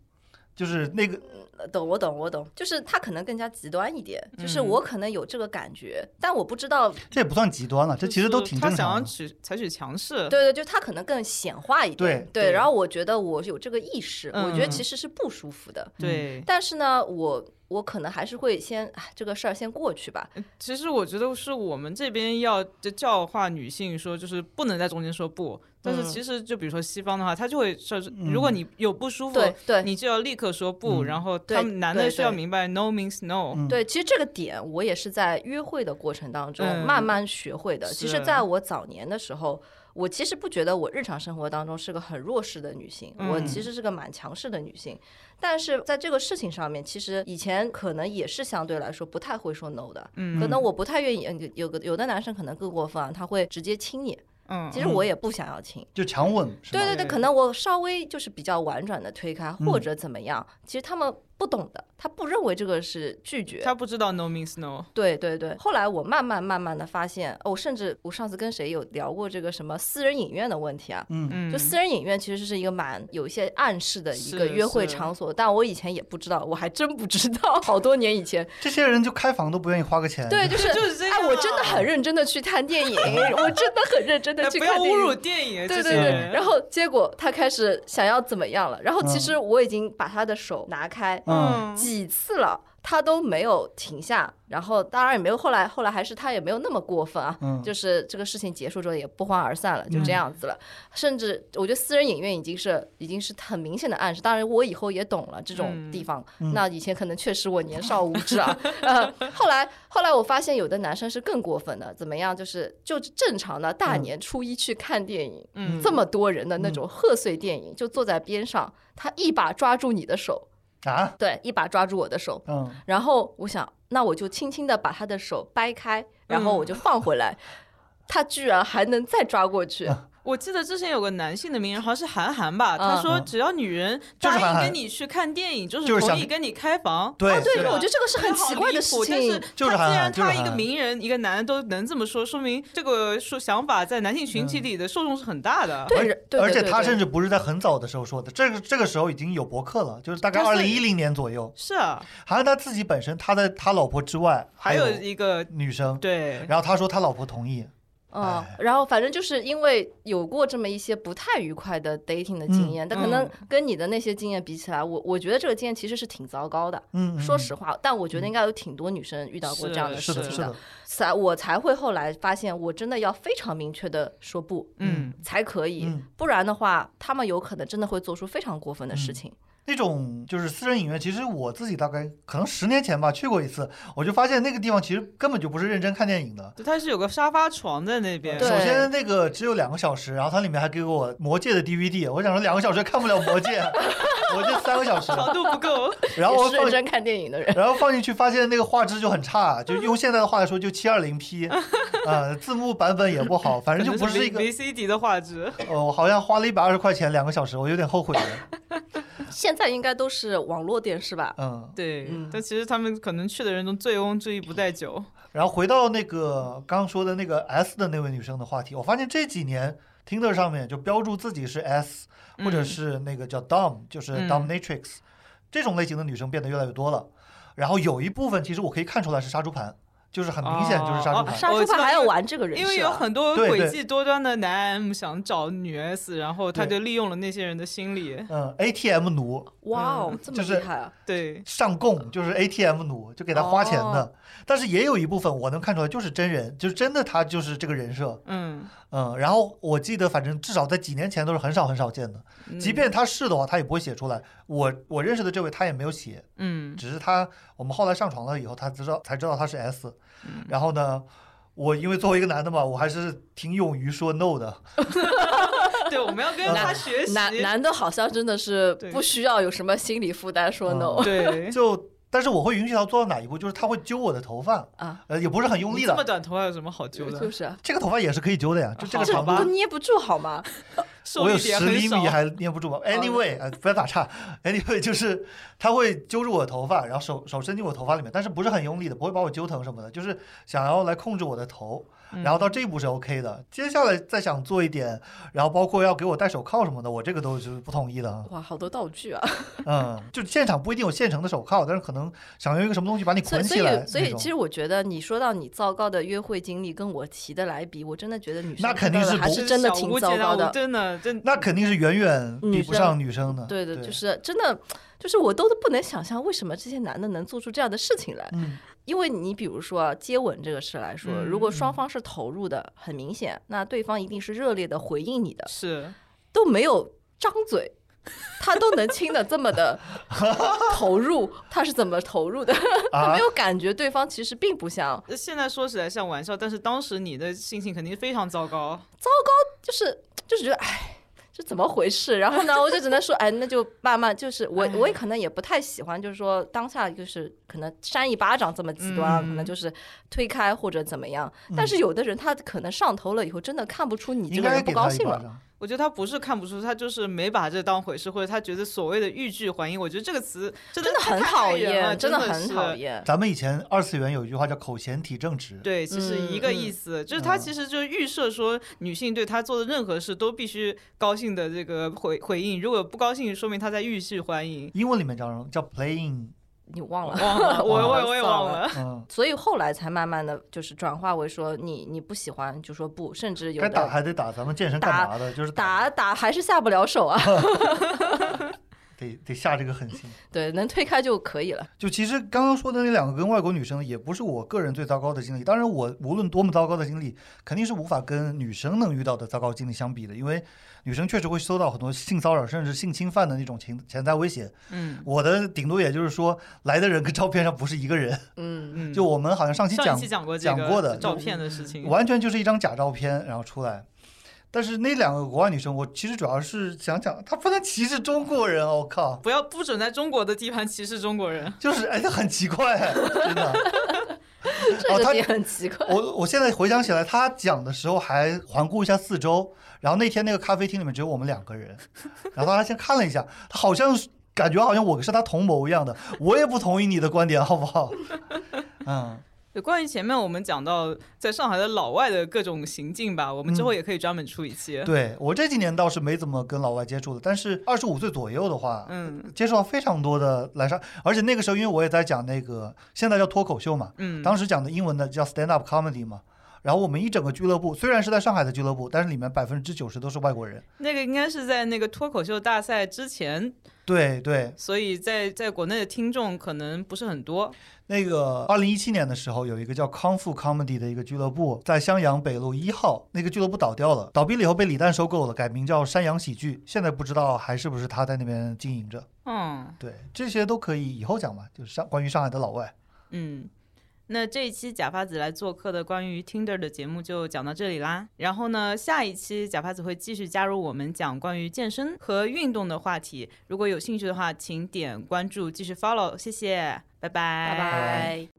就是那个呃懂，我懂，我懂，就是他可能更加极端一点，就是嗯我可能有这个感觉，但我不知道，对这也不算极端了，这其实都就是挺正他想常要的。取采取强势，对，就他可能更显化一点，对对然后我觉得我有这个意识，我嗯觉得其实是不舒服的，嗯对但是呢，我我可能还是会先，哎，这个事儿先过去吧，其实我觉得是我们这边要就教化女性说，就是不能在中间说不。但嗯是其实就比如说西方的话，他就会说，如果你有不舒服，对对你就要立刻说不。嗯然后对他们男的对需要对明白 no means no。嗯对，其实这个点我也是在约会的过程当中嗯慢慢学会的。其实，是在我早年的时候，我其实不觉得我日常生活当中是个很弱势的女性，我嗯其实是个蛮强势的女性。但是在这个事情上面，其实以前可能也是相对来说不太会说 no 的。嗯可能我不太愿意，嗯有个有的男生可能更过分啊，他会直接亲你。嗯，其实我也不想要亲，就强吻是吧？对对对，对嗯可能我稍微就是比较婉转的推开或者怎么样，其实他们不懂的，他不认为这个是拒绝。嗯他不知道 no means no。对对对，后来我慢慢慢慢的发现，哦，甚至我上次跟谁有聊过这个什么私人影院的问题啊，嗯，嗯，就私人影院其实是一个蛮有一些暗示的一个是约会是场所，但我以前也不知道，我还真不知道，好多年以前，这些人就开房都不愿意花个钱，对，就是就是这样啊哎，我真的很认真的去看电影，我真的很认真的哎去不看要电影，侮辱电影，对这对些对人，然后结果他开始想要怎么样了，然后其嗯实我已经把他的手拿开 嗯，嗯，几次了，他都没有停下，然后当然也没有后来，后来还是他也没有那么过分啊，嗯就是这个事情结束之后也不欢而散了，嗯就这样子了。甚至我觉得私人影院已经是已经是很明显的暗示，当然我以后也懂了这种地方，嗯那以前可能确实我年少无知 啊。呃，后来后来我发现有的男生是更过分的，怎么样？就是就正常的大年初一去看电影，嗯这么多人的那种贺岁电影，就坐在边上，他一把抓住你的手。啊，对，一把抓住我的手，嗯，然后我想，那我就轻轻的把他的手掰开，然后我嗯就放回来。他居然还能再抓过去，啊我记得之前有个男性的名人，好像是韩寒吧，嗯他说嗯只要女人就是韩答寒应跟你去看电影，就就是是想同意跟你开房。对对是的我觉得这个是很奇怪的事但情是。就是他既韩然寒就是他一韩个寒名人，一个男人都能这么说，说明这个说想法在男性群体里的受众是很大的。对而对对而且对他对甚至不是在很早的时候说的，这个这个时候已经有博客了，就是大概就二是零一零年左右。是啊，还有他自己本身，他在他老婆之外还有有一个女生，对，然后他说他老婆同意，嗯哎，然后反正就是因为有过这么一些不太愉快的 dating 的经验，但可能嗯跟你的那些经验比起来，我我觉得这个经验其实是挺糟糕的。嗯，嗯说实话，但我觉得应该有挺多女生遇到过这嗯样的是事的，情是的，才我才会后来发现，我真的要非常明确的说不，嗯，才可以，嗯不然的话，他们有可能真的会做出非常过分的嗯事情。那种就是私人影院，其实我自己大概可能十年前吧去过一次，我就发现那个地方其实根本就不是认真看电影的。就他是有个沙发床在那边。对首先那个只有两个小时，然后它里面还给我《魔戒》的 DVD，我想说两个小时看不了《魔 戒》，我就三个小时，长度不 够，然后也我是认放真看电影的人， 然后放进去发现那个画质就很差，就用现在的话来说就七二零 P，呃， 字幕版本也不好，反正就不是一个 V C D 的画质。呃，我好像花了一百二十块钱两个小时，我有点后悔了。现在应该都是网络电视吧？嗯，对，嗯但其实他们可能去的人中醉翁之意不在酒。然后回到那个刚说的那个 S 的那位女生的话题，我发现这几年 Tinder 上面就标注自己是 S，或者是那个叫 Dom，就是嗯 Dominatrix、这种类型的女生变得越来越多了。然后有一部分其实我可以看出来是杀猪盘，就是很明显就是杀猪哦盘。杀猪我知道盘还因要为玩这个人设啊，因为有很多对诡对计多端的男 M 想找女 S，然后他对就利用了那些人的心理，嗯，ATM 奴哇哦，这么嗯就是厉害啊！对，上供就是 ATM 奴，就给他花钱的。哦但是也有一部分我能看出来就是真人，就是真的他就是这个人设。嗯，嗯，然后我记得反正至少在几年前都是很少很少见的，嗯即便他是的话，他也不会写出来。我我认识的这位他也没有写， 嗯只是他我们后来上床了以后，他知道才知道他是 S。然嗯后呢，我因为作为一个男的嘛，我还是挺勇于说 no 的。对，我们要跟他学习，男男的好像真的是对不需要有什么心理负担，说 嗯 no 对，就但是我会允许他做到哪一步，就是他会揪我的头发， 啊，呃，也不是很用你力这么的，短头发有什么好揪就的？是啊这个头发也是可以揪的呀，就这个好长吧度都。捏不住好吗？受我有力十点很厘少米，还捏不住哦吗？Anyway，呃，不要打岔。Anyway，就是他会揪住我的头发，然后手手伸进我头发里面，但是不是很用力的，不会把我揪疼什么的，就是想要来控制我的头。嗯然后到这一步是 OK 的，接下来再想做一点，然后包括要给我戴手铐什么的，我这个都是不同意的啊。哇，好多道具 啊！嗯，就现场不一定有现成的手铐，但是可能想用一个什么东西把你所以捆所起来以所以，其实实我觉得你说到你糟糕的约会经历，跟我提的来比，我真的觉得女生那肯定遇到的是还不是真的小挺巫见糟大糕巫的。真的真那肯定是远远比不上女生的。对嗯的，对就是真的，就是我都不能想象为什么这些男的能做出这样的事情来。嗯因为你比如说啊接吻这个事来说，嗯如果双方是投入的，很明显，那对方一定是热烈的回应你的，是都没有张嘴。他都能亲的这么的投入，他是怎么投入的？ 他啊没，有感觉对方其实并不想，现在说起来像玩笑，但是当时你的心情肯定非常糟糕。就是就是觉得哎，这怎么回事？然后呢，我就只能说，哎，那就慢慢就是我哎我也可能也不太喜欢，就是说当下就是可能扇一巴掌这么极端，啊嗯可能就是推开或者怎么样。但是有的人他可能上头了以后，真的看不出你这应个该人不给高他一兴巴了。掌。我觉得他不是看不出，他就是没把这当回事，或者他觉得所谓的欲拒还迎，我觉得这个词真的真的很太讨人了厌，真真的很是讨。厌。咱们以前二次元有一句话叫“口嫌体正直”，对，其实嗯一个意思，就是他嗯其实就预设说女性对他做的任何事都必须高兴的这个回回应，如果不高兴，说明他在欲拒还 迎。英文里面叫什么？叫 playing。你忘了？忘了，我我也我也 忘忘了了。嗯，所以后来才慢慢的就是转化为说你你不喜欢就说不，甚至有该打的还得打，咱们健身干嘛的？就是打打还是下不了手啊，得得下这个狠心。对，能推开就可以了。就其实刚刚说的那两个跟外国女生，也不是我个人最糟糕的经历。当然，我无论多么糟糕的经历，肯定是无法跟女生能遇到的糟糕经历相比的，因为女生确实会受到很多性骚扰甚至性侵犯的那种潜潜在威胁。嗯我的顶多也就是说，来的人跟照片上不是一个人。嗯，嗯，就我们好像上期上讲一期讲过这讲个过的照就片的事情，完全就是一张假照片，然后出来。但是那两个国外女生，我其实主要是想讲，她不能歧视中国人哦，我靠， 不要不准在中国的地盘歧视中国人。就是哎，她很奇怪， 真的。这哦个他点很奇怪。我我现在回想起来，她讲的时候还环顾一下四周，然后那天那个咖啡厅里面只有我们两个人， 然后她先看了一下，她好像是感觉好像我是她同谋一样的，我也不同意你的观点，好不好？嗯，对，关于前面我们讲到在上海的老外的各种行径吧，我们之后也可以专门出一期。嗯对我这几年倒是没怎么跟老外接触的，但是二十五岁左右的话，嗯接触到非常多的来上，而且那个时候因为我也在讲那个现在叫脱口秀嘛，嗯，当时讲的英文的叫 stand up comedy 嘛。然后我们一整个俱乐部虽然是在上海的俱乐部，但是里面百分之九十都是外国人。那个应该是在那个脱口秀大赛之前，对对，所以在在国内的听众可能不是很多。那个二零一七年的时候，有一个叫康复 comedy 的一个俱乐部，在襄阳北路一号，那个俱乐部倒掉了，倒闭了以后被李诞收购了，改名叫山羊喜剧，现在不知道还是不是他在那边经营着。嗯对，这些都可以以后讲嘛，就是上关于上海的老外。嗯。那这一期假发子来做客的关于 Tinder 的节目就讲到这里啦。然后呢，下一期假发子会继续加入我们讲关于健身和运动的话题。如果有兴趣的话，请点关注，继续 follow，谢谢，拜拜，拜拜。